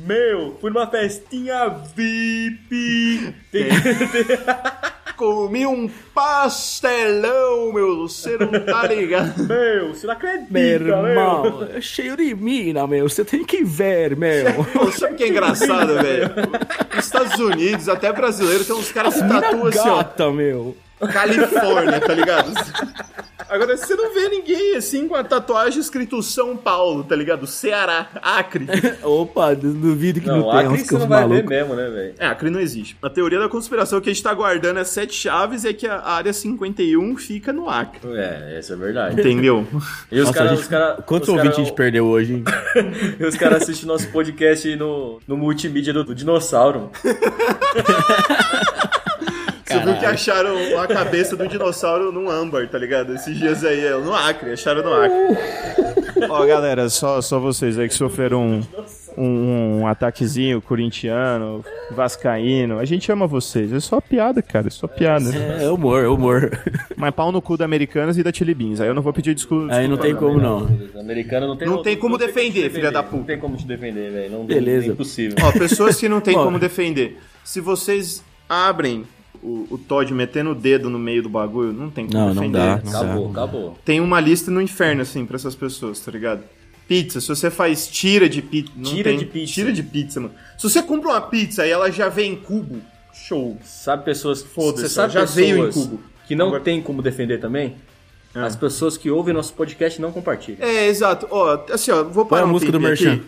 [SPEAKER 4] Meu, fui numa festinha VIP. Tem que-
[SPEAKER 1] Comi um pastelão, meu. Você não tá ligado.
[SPEAKER 4] Meu, você não acredita,
[SPEAKER 3] Meu
[SPEAKER 4] meu.
[SPEAKER 3] irmão, é cheio de mina, meu. Você tem que ver, meu.
[SPEAKER 1] Pô, sabe o que é engraçado, velho? Nos Estados Unidos, até brasileiro, tem uns caras que tatuam assim, ó.
[SPEAKER 3] Gata, meu.
[SPEAKER 1] Califórnia, tá ligado? Agora, você não vê ninguém assim com a tatuagem escrito São Paulo, tá ligado? Ceará, Acre.
[SPEAKER 3] Opa, duvido que não,
[SPEAKER 4] Não,
[SPEAKER 3] tenha um.
[SPEAKER 4] Acre
[SPEAKER 3] uns que
[SPEAKER 4] você
[SPEAKER 3] uns
[SPEAKER 4] não vai ver
[SPEAKER 3] malucos.
[SPEAKER 4] mesmo, né, velho?
[SPEAKER 1] É, Acre não existe. A teoria da conspiração que a gente tá guardando é sete chaves e é que a área 51 fica no Acre.
[SPEAKER 4] É, essa é verdade.
[SPEAKER 1] Entendeu?
[SPEAKER 4] E os
[SPEAKER 3] Nossa, a
[SPEAKER 4] caras.
[SPEAKER 3] gente-
[SPEAKER 4] os cara,
[SPEAKER 3] Quantos
[SPEAKER 4] os cara-
[SPEAKER 3] ouvintes a gente perdeu hoje, hein?
[SPEAKER 4] Os caras assistem nosso podcast no, no multimídia do, do dinossauro.
[SPEAKER 1] Você viu que acharam a cabeça do dinossauro num âmbar, tá ligado? Esses dias aí, é, no Acre, acharam no Acre. Ó, galera, só, só vocês aí que sofreram um, um, um ataquezinho corintiano, vascaíno. A gente ama vocês. É só piada, cara. É só piada.
[SPEAKER 3] É, é humor, é humor.
[SPEAKER 1] Mas pau no cu da Americanas e da Chili Beans. Aí eu não vou pedir descul- desculpa.
[SPEAKER 3] Aí não
[SPEAKER 4] né?
[SPEAKER 3] tem como, não.
[SPEAKER 4] Americano não tem
[SPEAKER 1] Não tem como
[SPEAKER 4] te
[SPEAKER 1] defender, filha da puta.
[SPEAKER 4] Não tem como te defender, velho. Não
[SPEAKER 3] Beleza.
[SPEAKER 4] É impossível.
[SPEAKER 1] Ó, pessoas que não tem
[SPEAKER 3] Bom.
[SPEAKER 1] como defender. Se vocês abrem o, o Todd metendo o dedo no meio do bagulho, não tem como
[SPEAKER 3] Não, não
[SPEAKER 1] defender.
[SPEAKER 3] dá. Não
[SPEAKER 4] Acabou,
[SPEAKER 3] dá.
[SPEAKER 4] acabou.
[SPEAKER 1] Tem uma lista no inferno, assim, pra essas pessoas, tá ligado? Pizza, se você faz tira de pizza.
[SPEAKER 4] Tira de pizza.
[SPEAKER 1] Tira de pizza, mano. Se você compra uma pizza e ela já vem em cubo, show.
[SPEAKER 4] Sabe pessoas.
[SPEAKER 1] Foda-se,
[SPEAKER 4] Você sabe
[SPEAKER 1] já
[SPEAKER 4] pessoas
[SPEAKER 1] veio em cubo.
[SPEAKER 4] que não
[SPEAKER 1] Agora-
[SPEAKER 4] tem como defender também? As pessoas que ouvem nosso podcast e não compartilham.
[SPEAKER 1] É, exato. Ó, assim, ó, vou
[SPEAKER 3] Põe
[SPEAKER 1] parar
[SPEAKER 3] a
[SPEAKER 1] um
[SPEAKER 3] música do
[SPEAKER 1] tempinho aqui.
[SPEAKER 3] Merchan.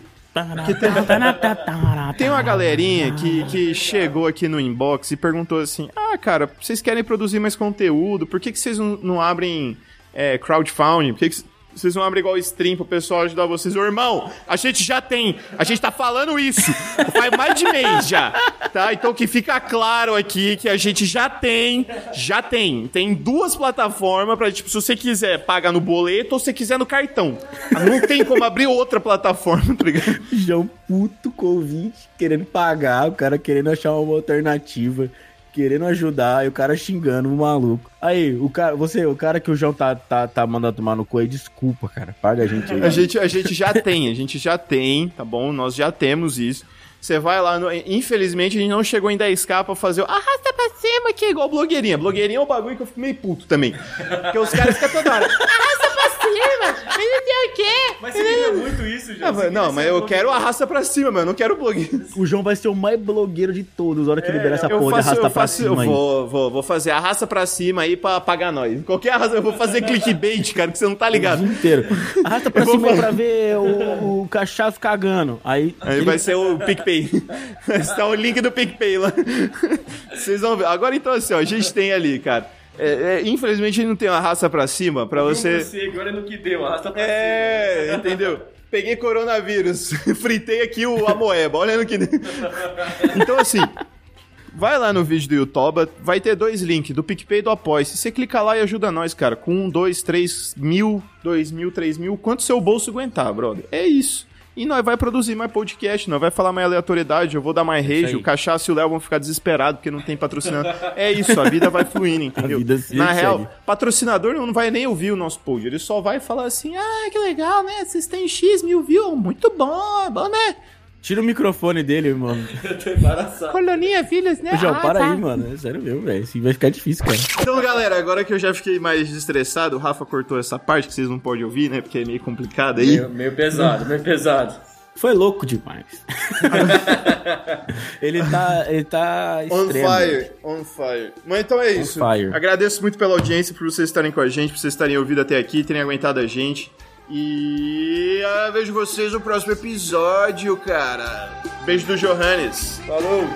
[SPEAKER 1] Tem uma galerinha que, que chegou aqui no inbox e perguntou assim: Ah, cara, vocês querem produzir mais conteúdo? Por que, que vocês não, não abrem é, crowdfunding? Por que, que c- vocês não abrem igual stream pro pessoal ajudar vocês? Ô, irmão, a gente já tem. A gente tá falando isso. Faz mais de mês já. Tá? Então que fica claro aqui que a gente já tem. Já tem. Tem duas plataformas pra, tipo, se você quiser pagar no boleto ou se quiser no cartão. Não tem como abrir outra plataforma, tá ligado?
[SPEAKER 3] Já um puto convite, querendo pagar, o cara querendo achar uma alternativa, querendo ajudar, e o cara xingando o maluco. Aí, o cara, você, o cara que o João tá, tá, tá mandando tomar no cu aí, desculpa, cara. Paga a gente aí.
[SPEAKER 1] A gente, a gente já tem, a gente já tem, tá bom? Nós já temos isso. Você vai lá, no- infelizmente a gente não chegou em 10k pra fazer o arrasta pra cima que é igual blogueirinha. Blogueirinha é um bagulho que eu fico meio puto também. Porque os caras ficam toda hora, arrasta pra cima, mas não sei o quê.
[SPEAKER 4] Mas você queria muito isso, já.
[SPEAKER 1] Ah, mas- Não, mas eu quero arrasta pra cima, mano, eu não quero blogueiro.
[SPEAKER 3] O João vai ser o mais blogueiro de todos, a hora que liberar essa
[SPEAKER 1] É, Eu
[SPEAKER 3] porra de
[SPEAKER 1] faço,
[SPEAKER 3] arrastar
[SPEAKER 1] eu
[SPEAKER 3] pra
[SPEAKER 1] faço, eu
[SPEAKER 3] cima aí.
[SPEAKER 1] vou, vou, vou fazer arrasta pra cima aí pra pagar nós. Qualquer arrasta, eu vou fazer clickbait, cara, que você não tá
[SPEAKER 3] O dia
[SPEAKER 1] ligado.
[SPEAKER 3] inteiro. Arrasta pra
[SPEAKER 1] Eu vou
[SPEAKER 3] cima aí
[SPEAKER 1] falar.
[SPEAKER 3] pra ver o, o cachaço cagando. Aí,
[SPEAKER 1] Aí
[SPEAKER 3] ele-
[SPEAKER 1] vai ser o PicPay. Está o link do PicPay lá. Vocês vão Não, velho, agora então assim, ó, a gente tem ali, cara. É, é, infelizmente ele não tem uma raça pra cima pra você.
[SPEAKER 4] agora é no que deu, arrasta pra
[SPEAKER 1] É, entendeu? Peguei coronavírus, fritei aqui o Amoeba, olha no que. então assim. Vai lá no vídeo do Yotoba, vai ter dois links, do PicPay e do Apoia. Se você clicar lá e ajuda nós, cara, com um, dois, três mil, dois mil, três mil, quanto seu bolso aguentar, brother. É isso. E nós vai produzir mais podcast, nós vai falar mais aleatoriedade, eu vou dar mais rage,
[SPEAKER 3] É aí.
[SPEAKER 1] o Cachaça e o Léo vão ficar desesperados porque não tem patrocinador. É isso, a vida vai fluindo, entendeu?
[SPEAKER 3] A vida se
[SPEAKER 1] Na real,
[SPEAKER 3] segue.
[SPEAKER 1] patrocinador não vai nem ouvir o nosso pod, ele só vai falar assim, ah, que legal, né? Vocês têm X mil views, muito bom, é bom, né?
[SPEAKER 3] Tira o microfone dele, mano.
[SPEAKER 4] Tá.
[SPEAKER 1] Colonia Filhas, né?
[SPEAKER 3] João,
[SPEAKER 1] Ah,
[SPEAKER 3] para
[SPEAKER 1] tá.
[SPEAKER 3] aí, mano. É sério mesmo, velho. Isso vai ficar difícil, cara.
[SPEAKER 1] Então, galera, agora que eu já fiquei mais estressado, o Rafa cortou essa parte que vocês não podem ouvir, né? Porque é meio complicado aí.
[SPEAKER 4] Meio, meio pesado, meio pesado.
[SPEAKER 3] Foi louco demais. ele tá. Ele tá.
[SPEAKER 1] On
[SPEAKER 3] extremo.
[SPEAKER 1] fire, on fire. Mas então é isso.
[SPEAKER 3] fire.
[SPEAKER 1] Agradeço muito pela audiência, por vocês estarem com a gente, por vocês estarem ouvindo até aqui, terem aguentado a gente. E ah, vejo vocês no próximo episódio, cara. Beijo do Johannes. Falou!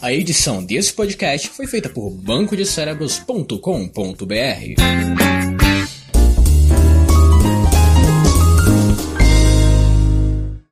[SPEAKER 9] A edição desse podcast foi feita por bancodecerebros.com.br.